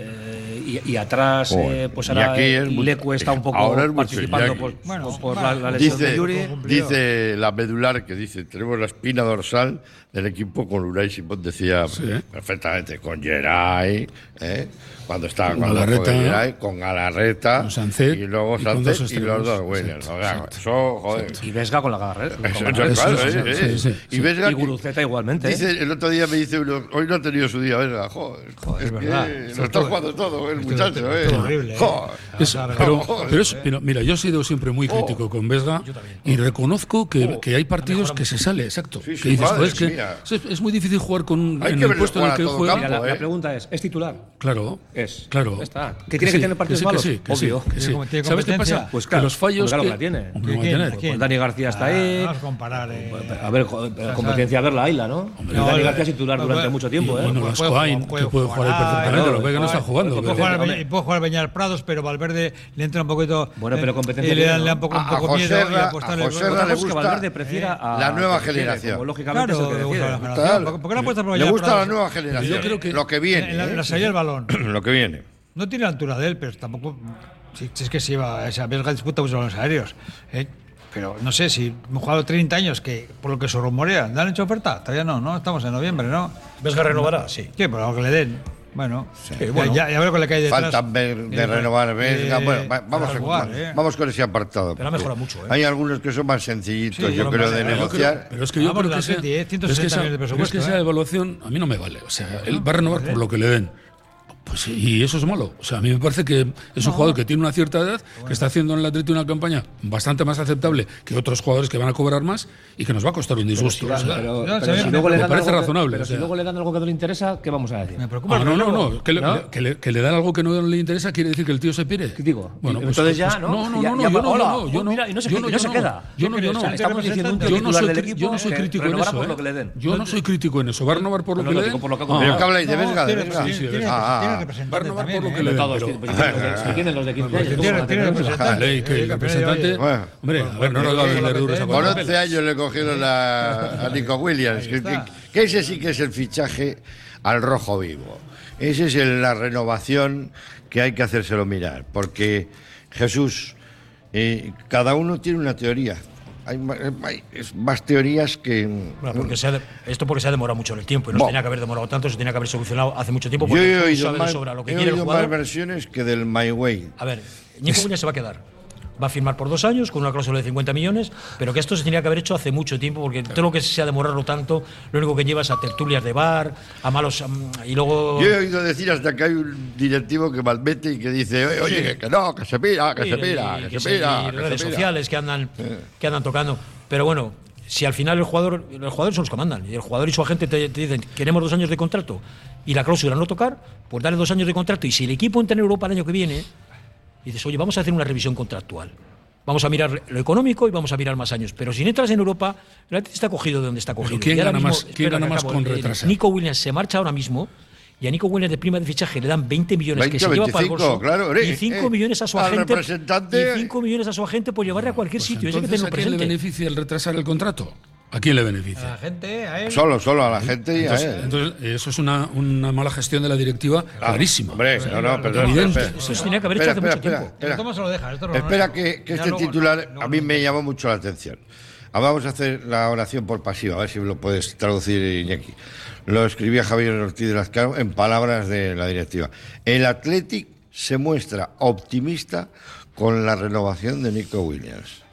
Speaker 4: eh, y, y atrás,
Speaker 1: Joder,
Speaker 4: eh, pues
Speaker 1: y
Speaker 4: ahora
Speaker 1: aquí
Speaker 4: eh,
Speaker 1: es mucho-
Speaker 4: Lecu está un poco
Speaker 1: ahora es mucho
Speaker 4: participando
Speaker 1: Iñaki.
Speaker 4: por,
Speaker 5: Bueno,
Speaker 4: por- por la,
Speaker 5: bueno.
Speaker 4: la lesión de
Speaker 1: Dice,
Speaker 4: Yuri.
Speaker 1: dice la medular que dice, tenemos la espina dorsal del equipo con Unai Simón, decía perfectamente, con Geray, ¿eh? cuando estaba
Speaker 3: Con
Speaker 1: cuando
Speaker 3: Galarreta,
Speaker 1: con Geray, con Galarreta,
Speaker 3: con Sancet,
Speaker 1: y luego
Speaker 3: y con
Speaker 1: Sancet
Speaker 3: dos
Speaker 1: y los
Speaker 3: extremos.
Speaker 1: dos Williams.
Speaker 3: Exacto,
Speaker 1: O sea,
Speaker 3: exacto.
Speaker 1: eso, joder.
Speaker 4: Y Vesga con la garra. ¿eh? con la
Speaker 1: Eso,
Speaker 4: garra.
Speaker 1: eso, claro,
Speaker 3: sí,
Speaker 1: ¿eh?
Speaker 3: sí,
Speaker 1: ¿eh?
Speaker 3: sí, sí.
Speaker 1: Y Vesga
Speaker 4: Y Guruceta igualmente. ¿eh?
Speaker 1: Dice, el otro día me dice uno, hoy no ha tenido su día, Vesga, joder, es
Speaker 5: verdad.
Speaker 1: que lo está jugando todo, el muchacho, ¿eh?
Speaker 5: estuvo horrible, ¿eh?
Speaker 1: Joder.
Speaker 3: Es-
Speaker 5: Claro,
Speaker 3: pero,
Speaker 1: joder.
Speaker 3: pero es- pero mira, yo he sido siempre
Speaker 1: Oh.
Speaker 3: muy crítico con Vesga y reconozco que, que hay partidos que se sale, exacto.
Speaker 1: Sí, sí,
Speaker 3: que dices,
Speaker 1: madre
Speaker 3: "Joder, es, que
Speaker 1: mía".
Speaker 3: es- es muy difícil jugar con un-
Speaker 1: Hay
Speaker 3: en
Speaker 1: que
Speaker 3: el
Speaker 1: verle
Speaker 3: puesto en
Speaker 1: jugar
Speaker 3: el
Speaker 1: a
Speaker 3: que él
Speaker 1: todo
Speaker 3: juega.
Speaker 1: campo.
Speaker 4: Mira, la, la
Speaker 1: ¿eh?
Speaker 4: pregunta es: ¿es titular?
Speaker 3: Claro.
Speaker 4: Es.
Speaker 3: Claro.
Speaker 4: Ya está. ¿Que tiene que tener partidos
Speaker 3: sí,
Speaker 4: malos?
Speaker 3: sí, que
Speaker 4: Obvio.
Speaker 3: sí, que sí.
Speaker 5: Tiene- tiene
Speaker 3: ¿Sabes qué
Speaker 5: competencia.
Speaker 3: pasa?
Speaker 4: Pues
Speaker 3: que
Speaker 4: claro,
Speaker 3: los fallos.
Speaker 4: pues claro
Speaker 3: que-
Speaker 4: que la tiene. Pues
Speaker 3: Hombre,
Speaker 5: ¿Quién?
Speaker 3: la tiene.
Speaker 5: ¿Quién?
Speaker 4: Dani García está
Speaker 5: Ah,
Speaker 4: ahí.
Speaker 5: No vas a comparar. eh.
Speaker 4: A ver, jo-
Speaker 5: sea,
Speaker 4: competencia a ver la Aila, ¿no? Y
Speaker 5: No,
Speaker 4: Dani
Speaker 5: eh,
Speaker 4: García es titular
Speaker 5: no,
Speaker 4: durante
Speaker 5: no,
Speaker 4: mucho tiempo, ¿eh?
Speaker 3: Bueno,
Speaker 5: Puede
Speaker 3: las
Speaker 5: jugar-
Speaker 3: Coain, que
Speaker 5: puede
Speaker 3: puede jugar ahí
Speaker 5: jugar,
Speaker 3: perfectamente,
Speaker 4: claro,
Speaker 3: lo que no está
Speaker 4: puede
Speaker 3: jugando.
Speaker 5: Puedo
Speaker 3: que-
Speaker 5: jugar, a
Speaker 4: Hombre.
Speaker 5: Beñar- puedo jugar a Beñar Prados, pero Valverde le entra un poquito.
Speaker 4: Bueno, pero
Speaker 5: eh,
Speaker 4: competencia
Speaker 5: y le, da-
Speaker 4: tiene,
Speaker 5: le da
Speaker 4: ¿no?
Speaker 5: un poco, un
Speaker 1: A- a
Speaker 5: poco miedo
Speaker 1: Joserra-
Speaker 5: y apostarle.
Speaker 1: a
Speaker 5: el gol.
Speaker 1: Joserra
Speaker 4: Otra
Speaker 1: le
Speaker 4: cosa es que
Speaker 1: gusta
Speaker 4: Valverde prefiera a
Speaker 1: la nueva
Speaker 4: prefiere,
Speaker 1: generación.
Speaker 4: como lógicamente
Speaker 5: Eh, Claro,
Speaker 4: se
Speaker 5: le
Speaker 4: refiere.
Speaker 5: gusta la
Speaker 1: Tal.
Speaker 5: generación. ¿Por qué- por qué no apuestas por
Speaker 1: Le
Speaker 5: Beñar
Speaker 1: gusta la
Speaker 5: Prados?
Speaker 1: nueva generación,
Speaker 3: Yo creo que-
Speaker 1: lo que
Speaker 5: En la,
Speaker 1: viene,
Speaker 5: en
Speaker 1: ¿eh?
Speaker 5: la salida del balón.
Speaker 1: lo que viene.
Speaker 5: No tiene la altura de él, pero tampoco. Si, si es que se iba. O sea, Vesga disputa muchos balones aéreos. ¿eh? Pero no sé si un jugador de 30 años que, por lo que se rumorea, ¿le han hecho oferta? Todavía no, ¿no? Estamos en noviembre, ¿no?
Speaker 2: ¿Vesga renovará? Sí.
Speaker 5: ¿Qué? Por lo que le den. Bueno, ya-
Speaker 2: bueno.
Speaker 5: ya, ya veo con la que hay detrás.
Speaker 1: Falta ver- de renovar Vesga.
Speaker 5: Eh,
Speaker 1: bueno, va- vamos,
Speaker 5: para
Speaker 1: a-
Speaker 5: jugar, ¿eh?
Speaker 1: vamos con ese apartado.
Speaker 2: Pero ha
Speaker 1: porque
Speaker 2: mejorado mucho, ¿eh?
Speaker 1: Hay algunos que son más sencillitos,
Speaker 5: Sí,
Speaker 1: yo
Speaker 5: son
Speaker 1: creo,
Speaker 5: más-
Speaker 1: de
Speaker 5: yo creo-
Speaker 1: negociar.
Speaker 3: Pero es que yo
Speaker 5: Vamos,
Speaker 3: creo que,
Speaker 5: la
Speaker 3: esa,
Speaker 5: Atleti, ¿eh?
Speaker 3: pero
Speaker 5: 160
Speaker 3: esa-
Speaker 5: millones de
Speaker 3: pero es que
Speaker 5: presupuesto,
Speaker 3: esa
Speaker 5: ¿eh?
Speaker 3: evaluación a mí no me vale. O sea, él va a renovar por lo que le den. Pues, y eso es malo. O sea, a mí me parece que es un jugador que tiene una cierta edad, que está haciendo en el Atleti una campaña bastante más aceptable que otros jugadores que van a cobrar más y que nos va a costar un disgusto. o sea.
Speaker 4: Pero,
Speaker 5: No,
Speaker 4: pero
Speaker 5: se ve-
Speaker 4: si luego le
Speaker 3: me
Speaker 4: dan
Speaker 3: parece
Speaker 4: algo que-
Speaker 3: razonable,
Speaker 4: Pero
Speaker 3: o
Speaker 4: si
Speaker 3: sea.
Speaker 4: luego le dan algo que no le interesa, ¿qué vamos a decir?
Speaker 5: Me preocupa.
Speaker 3: Ah,
Speaker 5: el
Speaker 3: no, no,
Speaker 5: reloj.
Speaker 3: no. Que le,
Speaker 4: ¿No?
Speaker 3: que le- que le dan algo que no le interesa quiere decir que el tío se pire.
Speaker 4: ¿Qué digo?
Speaker 3: Bueno, pues-
Speaker 4: Entonces ya,
Speaker 3: pues-
Speaker 4: ¿no?
Speaker 3: No,
Speaker 4: Ya-
Speaker 3: no, no.
Speaker 4: ya
Speaker 3: yo
Speaker 4: va-
Speaker 3: no, yo
Speaker 4: hola.
Speaker 3: no, yo
Speaker 4: Oh,
Speaker 3: no,
Speaker 4: mira, y no se
Speaker 3: yo
Speaker 4: queda-
Speaker 3: no,
Speaker 4: y no se
Speaker 3: yo no.
Speaker 4: queda.
Speaker 3: Yo no, yo no.
Speaker 4: O sea, estamos diciendo un
Speaker 3: Yo no
Speaker 4: titular
Speaker 3: soy,
Speaker 4: del
Speaker 3: cri- yo
Speaker 4: equipo
Speaker 3: no soy
Speaker 4: que
Speaker 3: crítico en
Speaker 4: renovara
Speaker 3: eso.
Speaker 4: por
Speaker 3: ¿eh?
Speaker 4: lo que le den.
Speaker 3: Yo no soy crítico en eso. Va a renovar por lo
Speaker 4: Pero
Speaker 3: que
Speaker 4: no
Speaker 3: le
Speaker 4: digo
Speaker 3: den.
Speaker 4: por lo que ha
Speaker 3: Ah,
Speaker 4: cobrado.
Speaker 1: ¿Pero qué habláis de
Speaker 5: No,
Speaker 1: Vesga? de
Speaker 5: tiene-
Speaker 1: Vesga?
Speaker 5: tiene- tiene-
Speaker 1: Ah, ah,
Speaker 5: tiene
Speaker 1: ah.
Speaker 5: representante
Speaker 3: Va a renovar
Speaker 5: también,
Speaker 3: por lo que
Speaker 5: ¿eh?
Speaker 3: le den.
Speaker 4: Todos,
Speaker 3: pero-
Speaker 4: pues, ¿quién tienen los de 15 años? ¿Cómo van
Speaker 5: Tiene,
Speaker 4: a
Speaker 5: tiene
Speaker 4: tener eso?
Speaker 5: representante.
Speaker 3: Ley, que
Speaker 5: Sí,
Speaker 3: el
Speaker 5: campeón de-
Speaker 3: representante.
Speaker 1: Bueno.
Speaker 3: Hombre, a ver, no nos va a vender duros a
Speaker 1: Con
Speaker 3: cuatro
Speaker 1: 11 años le cogieron la- a Nico Williams, que,
Speaker 5: está.
Speaker 1: que- que ese sí que es el fichaje al rojo vivo. Esa es el- la renovación que hay que hacérselo mirar, porque Jesús, eh, cada uno tiene una teoría. Hay, ma- hay- es más teorías que...
Speaker 2: Bueno, porque se ha de- esto porque se ha demorado mucho en el tiempo y no
Speaker 1: Bueno.
Speaker 2: se tenía que haber demorado tanto, se tenía que haber solucionado hace mucho tiempo.
Speaker 1: Yo
Speaker 2: Porque
Speaker 1: he
Speaker 2: tú
Speaker 1: oído,
Speaker 2: sabes de
Speaker 1: más,
Speaker 2: sobra lo que
Speaker 1: he
Speaker 2: quiere el
Speaker 1: oído
Speaker 2: jugador.
Speaker 1: más versiones que del My Way.
Speaker 2: A ver, Nico Williams se va a quedar. Va a firmar por dos años con una cláusula de 50 millones, pero que esto se tenía que haber hecho hace mucho tiempo, porque todo lo que se ha demorado tanto, lo único que llevas a tertulias de bar, a malos. a- y luego.
Speaker 1: Yo he oído decir hasta que hay un directivo que malmete y que dice, "Oye, oye, que, que no, que se pira, que se
Speaker 2: Twitter
Speaker 1: pira,
Speaker 2: y-
Speaker 1: que
Speaker 2: que
Speaker 1: se
Speaker 2: sí,
Speaker 1: pira.
Speaker 2: y
Speaker 1: que se
Speaker 2: redes
Speaker 1: pira".
Speaker 2: sociales que andan, que andan tocando. Pero bueno, si al final el jugador, los jugadores son los que mandan, y el jugador y su agente te, te dicen, queremos dos años de contrato y la cláusula no tocar, pues dale dos años de contrato. Y si el equipo entra en Europa el año que viene, dices, oye, vamos a hacer una revisión contractual. Vamos a mirar lo económico y vamos a mirar más años. Pero si entras en Europa, el Atleti está cogido de donde está cogido.
Speaker 3: ¿quién
Speaker 2: Y ahora
Speaker 3: gana
Speaker 2: mismo-
Speaker 3: más- quién
Speaker 2: espera,
Speaker 3: gana
Speaker 2: que
Speaker 3: más
Speaker 2: acabo.
Speaker 3: con
Speaker 2: Eh,
Speaker 3: retrasar?
Speaker 2: Nico Williams se marcha ahora mismo y a Nico Williams de prima de fichaje le dan 20 millones que
Speaker 1: 20
Speaker 2: se
Speaker 1: o
Speaker 2: lleva para el
Speaker 1: 25,
Speaker 2: bolso
Speaker 1: claro, eh,
Speaker 2: y 5
Speaker 1: eh,
Speaker 2: millones a su
Speaker 1: al
Speaker 2: agente
Speaker 1: representante.
Speaker 2: y 5 millones a su agente por llevarle a cualquier
Speaker 3: Pues
Speaker 2: sitio. Eso hay que
Speaker 3: entonces,
Speaker 2: tenerlo
Speaker 3: ¿A quién le
Speaker 2: presente.
Speaker 3: beneficia el retrasar el contrato? ¿A quién le
Speaker 5: A la
Speaker 3: beneficia?
Speaker 5: gente, a él.
Speaker 1: Solo, solo a la gente y
Speaker 3: Entonces,
Speaker 1: a él. Ah,
Speaker 3: entonces, eso es una, una mala gestión de la directiva clarísima.
Speaker 1: Hombre, no, no, pero
Speaker 3: Evidente.
Speaker 1: espera,
Speaker 2: Eso se tenía que haber hecho
Speaker 1: espera,
Speaker 2: hace
Speaker 1: espera,
Speaker 2: mucho tiempo.
Speaker 1: espera,
Speaker 5: ¿Cómo se lo deja? Esto no- no es
Speaker 1: Espera
Speaker 5: algo.
Speaker 1: que, que
Speaker 5: Ya
Speaker 1: este
Speaker 5: luego-
Speaker 1: titular
Speaker 5: luego
Speaker 1: a mí
Speaker 5: lo-
Speaker 1: me llamó mucho la atención. Ah, Vamos a hacer la oración por pasiva, a ver si lo puedes traducir, Iñaki. Lo escribía Javier Ortiz de Lazcano en palabras de la directiva. El Athletic se muestra optimista con la renovación de Nico Williams.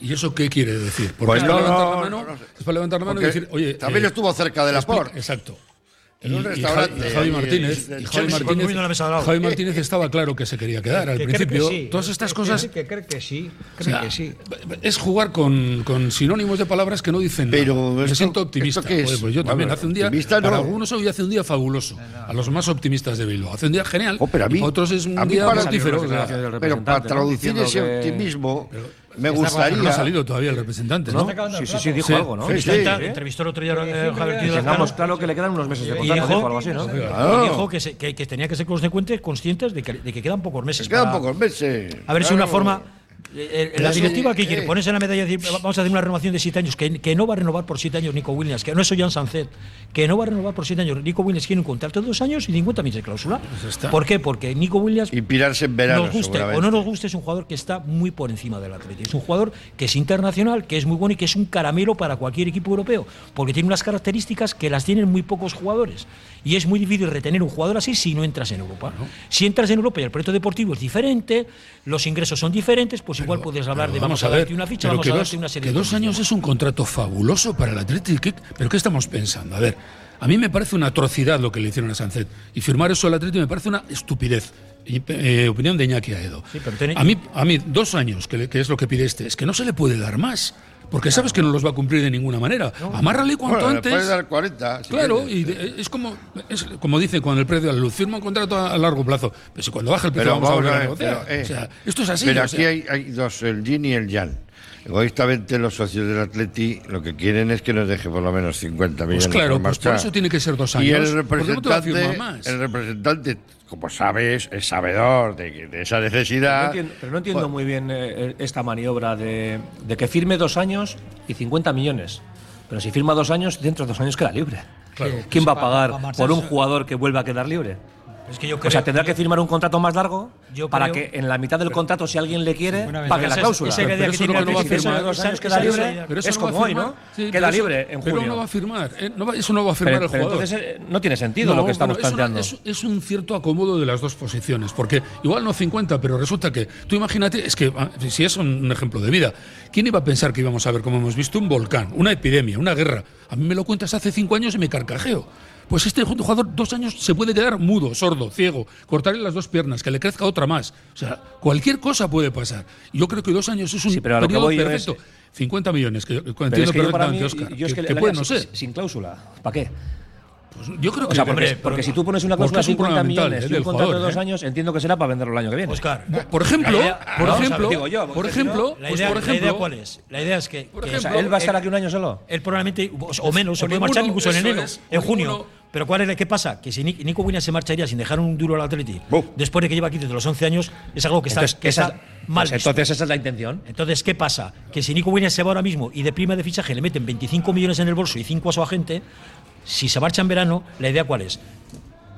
Speaker 3: ¿Y eso qué quiere decir? Porque
Speaker 1: Pues
Speaker 3: es, para
Speaker 1: no,
Speaker 3: levantar
Speaker 1: no,
Speaker 3: la mano,
Speaker 1: no, no sé.
Speaker 3: es para levantar la mano y
Speaker 1: Porque
Speaker 3: decir, oye.
Speaker 1: también estuvo cerca de la
Speaker 3: expli-
Speaker 1: Port.
Speaker 3: Exacto.
Speaker 1: En un
Speaker 3: Y- y
Speaker 1: restaurante,
Speaker 3: Javi, y
Speaker 1: ahí,
Speaker 3: Javi Martínez,
Speaker 1: en
Speaker 3: y Javi,
Speaker 1: Chelsea,
Speaker 5: Pues
Speaker 3: Martínez
Speaker 2: comiendo la mesa al lado.
Speaker 3: Javi Martínez estaba claro que se quería quedar al
Speaker 5: que cree que
Speaker 3: principio.
Speaker 5: sí,
Speaker 3: Todas estas
Speaker 5: que-
Speaker 3: cosas
Speaker 5: Que, que cree que sí,
Speaker 3: o
Speaker 5: cree
Speaker 3: sea,
Speaker 5: que sí.
Speaker 3: es jugar con, con sinónimos de palabras que no dicen nada.
Speaker 1: Pero
Speaker 3: Me
Speaker 1: esto-
Speaker 3: siento optimista.
Speaker 1: ¿esto qué es?
Speaker 3: Joder, pues yo
Speaker 1: Bueno,
Speaker 3: también. Hace un día,
Speaker 1: optimista no.
Speaker 3: para algunos hoy hace un día fabuloso. A los más optimistas de Bilbao. Hace un día genial.
Speaker 1: Oh, pero a mí,
Speaker 3: otros es un
Speaker 1: a mí
Speaker 3: día
Speaker 1: para-
Speaker 3: mortífero. o sea,
Speaker 1: Pero para traducir ese optimismo Me
Speaker 3: Está-
Speaker 1: gustaría.
Speaker 3: No ha salido todavía el representante, ¿no?
Speaker 5: acabando
Speaker 4: Sí,
Speaker 5: el
Speaker 4: sí, sí,
Speaker 5: plazo.
Speaker 4: dijo
Speaker 3: Sí,
Speaker 4: algo, ¿no?
Speaker 1: sí,
Speaker 4: Y
Speaker 1: sí.
Speaker 2: Entrevista- Entrevistó el otro día a eh, Javier Tío
Speaker 4: Tengamos claro que le quedan unos meses de
Speaker 2: Y
Speaker 4: contrato, dijo
Speaker 2: dijo,
Speaker 4: algo así, ¿no?
Speaker 1: Claro.
Speaker 2: y dijo que, se- que- que tenía que ser consecuentes, conscientes de que, de que quedan pocos meses.
Speaker 1: Se quedan
Speaker 2: para-
Speaker 1: pocos meses.
Speaker 2: Ah. A ver si una
Speaker 1: Claro.
Speaker 2: forma. eh, eh, La
Speaker 1: Pero
Speaker 2: directiva
Speaker 1: sí,
Speaker 2: que quiere
Speaker 1: eh.
Speaker 2: ponerse en la medalla y decir vamos a hacer una renovación de siete años, que, que no va a renovar por siete años Nico Williams, que no es Jan Sancet, que no va a renovar por siete años. Nico Williams tiene un contrato de dos años y 50 millones de cláusula.
Speaker 3: está.
Speaker 2: ¿Por qué? Porque Nico Williams
Speaker 1: Y pirarse en verano.
Speaker 2: nos guste o
Speaker 1: seguramente.
Speaker 2: no nos guste, es un jugador que está muy por encima del Atlético. Es un jugador que es internacional, que es muy bueno y que es un caramelo para cualquier equipo europeo, porque tiene unas características que las tienen muy pocos jugadores. Y es muy difícil retener un jugador así si no entras en Europa. Si entras en Europa y el proyecto deportivo es diferente, los ingresos son diferentes, pues igual puedes hablar de
Speaker 3: Pero
Speaker 2: vamos, a darte una ficha,
Speaker 3: pero
Speaker 2: vamos
Speaker 3: que
Speaker 2: a
Speaker 3: dos-
Speaker 2: darte una serie
Speaker 3: que
Speaker 2: de
Speaker 3: dos años
Speaker 2: condiciones.
Speaker 3: es un contrato fabuloso para el Atlético. ¿Qué- ¿Pero qué estamos pensando? A ver, a mí me parece una atrocidad lo que le hicieron a Sancet. Y firmar eso al Atlético me parece una estupidez. Y, eh, opinión de Iñaki Aedo.
Speaker 2: Sí, pero tiene-
Speaker 3: A, mí, a mí, dos años, que, le- que es lo que pide este, es que no se le puede dar más. Porque sabes que no los va a cumplir de ninguna manera. Amárrale cuanto
Speaker 1: Bueno, le
Speaker 3: antes.
Speaker 1: puedes dar 40. si
Speaker 3: Claro,
Speaker 1: quieres.
Speaker 3: y de- es como es como dice con el precio de la luz, firma un contrato a, a largo plazo, pero si cuando baja el precio
Speaker 1: Pero
Speaker 3: vamos, a
Speaker 1: vamos
Speaker 3: volver a
Speaker 1: a ver,
Speaker 3: negociar.
Speaker 1: pero, eh,
Speaker 3: O sea, esto es así.
Speaker 1: Pero
Speaker 3: o
Speaker 1: aquí
Speaker 3: sea,
Speaker 1: hay, hay dos, el yin y el yang. Egoístamente los socios del Atleti lo que quieren es que nos deje por lo menos 50 millones.
Speaker 3: pues claro,
Speaker 1: por
Speaker 3: pues por
Speaker 1: marchar.
Speaker 3: eso tiene que ser dos años.
Speaker 1: Y el
Speaker 3: ¿Por qué no te va a
Speaker 1: representante,
Speaker 3: firmar más?
Speaker 1: el representante, como sabes, es sabedor de, de esa
Speaker 4: No
Speaker 1: necesidad.
Speaker 4: entiendo- pero no entiendo muy bien eh, esta maniobra de, de que firme dos años y 50 millones. Pero si firma dos años, dentro de dos años queda libre. ¿Quién va a
Speaker 5: Pa- pa
Speaker 4: pagar
Speaker 5: marcharse.
Speaker 4: por un jugador que vuelva a quedar libre?
Speaker 2: Es que yo
Speaker 4: O sea,
Speaker 2: creo-
Speaker 4: tendrá que firmar un contrato más largo
Speaker 2: Yo
Speaker 4: para
Speaker 2: creo-
Speaker 4: que en la mitad del contrato, si alguien le quiere,
Speaker 5: Seguramente.
Speaker 4: pague la
Speaker 2: Esa-
Speaker 4: cláusula.
Speaker 2: esa idea
Speaker 4: Pero
Speaker 2: que
Speaker 4: eso
Speaker 2: tiene
Speaker 4: no lo va a
Speaker 2: Atlético, esa-
Speaker 4: firmar dos
Speaker 2: esa-
Speaker 4: años,
Speaker 2: esa-
Speaker 4: queda
Speaker 2: esa-
Speaker 4: libre.
Speaker 3: Pero eso
Speaker 4: Es
Speaker 3: no va a
Speaker 4: como hoy,
Speaker 3: firmar.
Speaker 4: ¿no?
Speaker 3: Sí, pero
Speaker 4: Queda
Speaker 3: eso-
Speaker 4: libre en
Speaker 3: Pero no va
Speaker 4: junio.
Speaker 3: a firmar, eh, no va- eso no va a firmar
Speaker 4: Pero,
Speaker 3: el
Speaker 4: pero
Speaker 3: jugador.
Speaker 4: entonces eh, no tiene sentido
Speaker 3: No,
Speaker 4: lo que estamos
Speaker 3: bueno, es una-
Speaker 4: planteando.
Speaker 3: es, es un cierto acomodo de las dos posiciones, porque igual no 50, pero resulta que, tú imagínate, es que ah, si es un, un ejemplo de vida, ¿quién iba a pensar que íbamos a ver, como hemos visto, un volcán, una epidemia, una guerra? A mí me lo cuentas hace cinco años y me carcajeo. Pues este jugador dos años se puede quedar mudo, sordo, ciego, cortarle las dos piernas, que le crezca otra más. O sea, cualquier cosa puede pasar. Yo creo que dos años es un
Speaker 4: Sí, pero a lo que
Speaker 3: periodo
Speaker 4: voy yo
Speaker 3: perfecto.
Speaker 4: es-
Speaker 3: 50 millones, que, que
Speaker 4: Pero
Speaker 3: entiendo
Speaker 4: es que yo para mí,
Speaker 3: perfectamente, Óscar,
Speaker 4: yo es
Speaker 3: que,
Speaker 4: que
Speaker 3: que
Speaker 4: la-
Speaker 3: puede no
Speaker 4: sin-
Speaker 3: ser.
Speaker 4: sin cláusula. ¿Para qué?
Speaker 3: Pues yo creo que
Speaker 4: O sea,
Speaker 3: que-
Speaker 4: porque,
Speaker 2: hombre,
Speaker 4: porque
Speaker 2: pero-
Speaker 4: si tú pones una
Speaker 3: porque
Speaker 4: cláusula de
Speaker 3: es un
Speaker 4: 50
Speaker 3: problema mental,
Speaker 4: millones
Speaker 3: ¿eh?
Speaker 4: y un
Speaker 3: del
Speaker 4: contrato de
Speaker 3: jugador,
Speaker 4: dos
Speaker 3: ¿eh?
Speaker 4: años, entiendo que será para venderlo el año que viene.
Speaker 2: Oscar,
Speaker 3: Por ejemplo,
Speaker 2: La idea-
Speaker 3: por
Speaker 2: vamos a ver,
Speaker 3: ejemplo,
Speaker 4: digo yo,
Speaker 3: por
Speaker 4: porque
Speaker 3: ejemplo,
Speaker 2: la
Speaker 3: pues
Speaker 2: idea,
Speaker 3: por
Speaker 2: la idea
Speaker 3: ejemplo,
Speaker 2: cuál es? La idea es que,
Speaker 3: por
Speaker 2: que-
Speaker 4: O sea,
Speaker 3: ejemplo,
Speaker 4: él va a estar
Speaker 2: eh,
Speaker 4: aquí un año solo.
Speaker 2: Él probablemente, o menos, se
Speaker 3: O
Speaker 2: puede
Speaker 3: ninguno,
Speaker 2: marchar incluso en
Speaker 3: eso
Speaker 2: enero,
Speaker 3: es, o
Speaker 2: en junio.
Speaker 3: ninguno.
Speaker 2: Pero ¿cuál es el que pasa? Que si Ni- Nico Williams se marcharía sin dejar un duro al Atleti,
Speaker 1: Buh.
Speaker 2: después de que lleva aquí desde los 11 años, es algo que está,
Speaker 4: Entonces,
Speaker 2: que
Speaker 4: esa-
Speaker 2: está mal
Speaker 4: pues
Speaker 2: visto.
Speaker 4: entonces esa es la intención.
Speaker 2: Entonces, ¿qué pasa? Que si Nico Williams se va ahora mismo y de prima de fichaje le meten 25 millones en el bolso y 5 a su agente, si se marcha en verano, ¿la idea cuál es?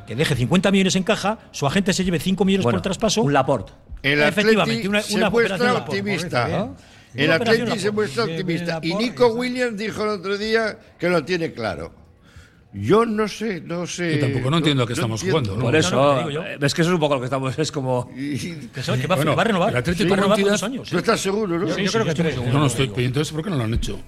Speaker 2: Que deje 50 millones en caja, su agente se lleve 5 millones
Speaker 4: Bueno,
Speaker 2: por traspaso. Ah,
Speaker 4: Un Laporte.
Speaker 1: El
Speaker 2: Efectivamente,
Speaker 1: Atleti
Speaker 2: una-
Speaker 1: se
Speaker 2: una operación
Speaker 1: muestra
Speaker 2: Laporte,
Speaker 1: optimista.
Speaker 2: ¿eh?
Speaker 1: El
Speaker 2: Una operación
Speaker 1: Atleti se
Speaker 2: Laporte.
Speaker 1: muestra
Speaker 5: Bien,
Speaker 1: optimista.
Speaker 5: bien,
Speaker 1: Y
Speaker 5: Laporte,
Speaker 1: Nico
Speaker 5: ya
Speaker 1: Williams dijo el otro día que lo tiene claro. Yo no sé, no sé.
Speaker 3: Yo tampoco, no entiendo a qué estamos jugando, ¿no?
Speaker 4: Por
Speaker 2: no, no,
Speaker 4: eso,
Speaker 2: te digo yo.
Speaker 4: eh, es que eso es un poco lo que estamos. Es como.
Speaker 1: Y-
Speaker 2: Que sabe que va, a-
Speaker 3: Bueno,
Speaker 2: va a renovar.
Speaker 3: el Atlético
Speaker 2: va a renovar por
Speaker 3: entidad-
Speaker 2: dos años.
Speaker 1: Tú
Speaker 2: ¿eh?
Speaker 1: estás seguro, ¿no?
Speaker 2: Sí, sí,
Speaker 5: creo que
Speaker 2: yo estoy
Speaker 5: tres.
Speaker 2: seguro.
Speaker 3: No, no estoy. Y entonces, ¿por qué no lo han hecho?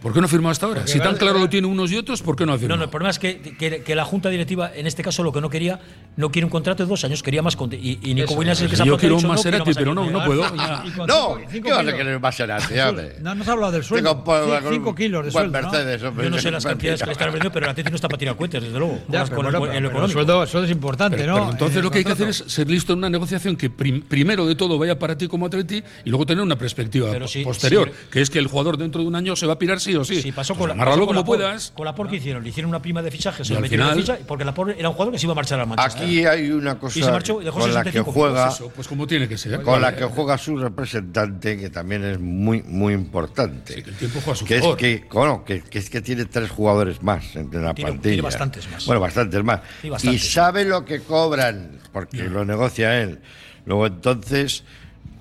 Speaker 3: ¿Por qué no ha firmado hasta ahora? Si tan claro lo tiene unos y otros, ¿por qué no ha
Speaker 2: No,
Speaker 3: firmado?
Speaker 2: no, el problema es que, que- que la Junta Directiva, en este caso, lo que no quería, no quiere un contrato de dos años, quería más. conte- Y, y Nico Williams es el que se ha
Speaker 3: yo
Speaker 2: puesto
Speaker 3: quiero
Speaker 2: y ha
Speaker 3: un
Speaker 2: dicho,
Speaker 3: Maserati,
Speaker 2: quiero
Speaker 3: pero no,
Speaker 2: Maserati.
Speaker 3: no puedo. ya.
Speaker 5: Y con
Speaker 1: No,
Speaker 5: cinco-
Speaker 1: ¿qué
Speaker 5: cinco
Speaker 1: vas a
Speaker 5: kilos.
Speaker 1: querer más adelante? hombre?
Speaker 5: No nos ha hablado del
Speaker 1: Te
Speaker 5: sueldo.
Speaker 2: pues,
Speaker 1: compara con
Speaker 5: 5 kilos de
Speaker 1: un
Speaker 5: sueldo. ¿no?
Speaker 1: Mercedes, hombre.
Speaker 2: Ah, Yo no sé las cantidades que le están vendiendo, pero el Atlético no está para tirar cuentas, desde luego.
Speaker 5: Ya,
Speaker 2: Más
Speaker 5: pero
Speaker 2: con el-
Speaker 5: bueno,
Speaker 2: en lo
Speaker 5: pero el
Speaker 2: económico.
Speaker 5: sueldo, el sueldo es importante,
Speaker 3: Pero-
Speaker 5: ¿no?
Speaker 3: pero
Speaker 5: En
Speaker 3: entonces
Speaker 5: el
Speaker 3: lo que hay que hacer
Speaker 5: contrato.
Speaker 3: es ser listo en una negociación que prim- primero de todo vaya para ti como atleti y luego tener una perspectiva
Speaker 2: Pero
Speaker 3: po-
Speaker 2: sí,
Speaker 3: posterior,
Speaker 2: sí.
Speaker 3: que es que el jugador dentro de un año se va a pirar sí o sí.
Speaker 2: Sí, pasó
Speaker 3: Pues
Speaker 2: con la
Speaker 3: amárralo
Speaker 2: pasó con
Speaker 3: como
Speaker 2: la Por-
Speaker 3: puedas.
Speaker 2: Con la Por que hicieron, le hicieron una prima de fichaje, se
Speaker 3: Y
Speaker 2: lo
Speaker 3: al
Speaker 2: metieron en
Speaker 3: final-
Speaker 2: ficha, porque la Por era un jugador que se iba a marchar al Manchester.
Speaker 1: Aquí hay una cosa
Speaker 2: Y se marchó y dejó
Speaker 1: con la que
Speaker 2: 65
Speaker 1: juega.
Speaker 3: Eso, pues como tiene que ser.
Speaker 1: con la
Speaker 3: Vale.
Speaker 1: que juega su representante, que también es muy, muy importante.
Speaker 3: Sí, que el tiempo juega a su
Speaker 1: que es
Speaker 3: favor.
Speaker 1: que, bueno, que, que es que tiene tres jugadores más en la
Speaker 2: Tiene-
Speaker 1: plantilla.
Speaker 2: tiene bastantes más.
Speaker 1: Bueno, bastantes más.
Speaker 2: Y bastantes.
Speaker 1: Y sabe lo que cobran, porque lo negocia él. Luego entonces,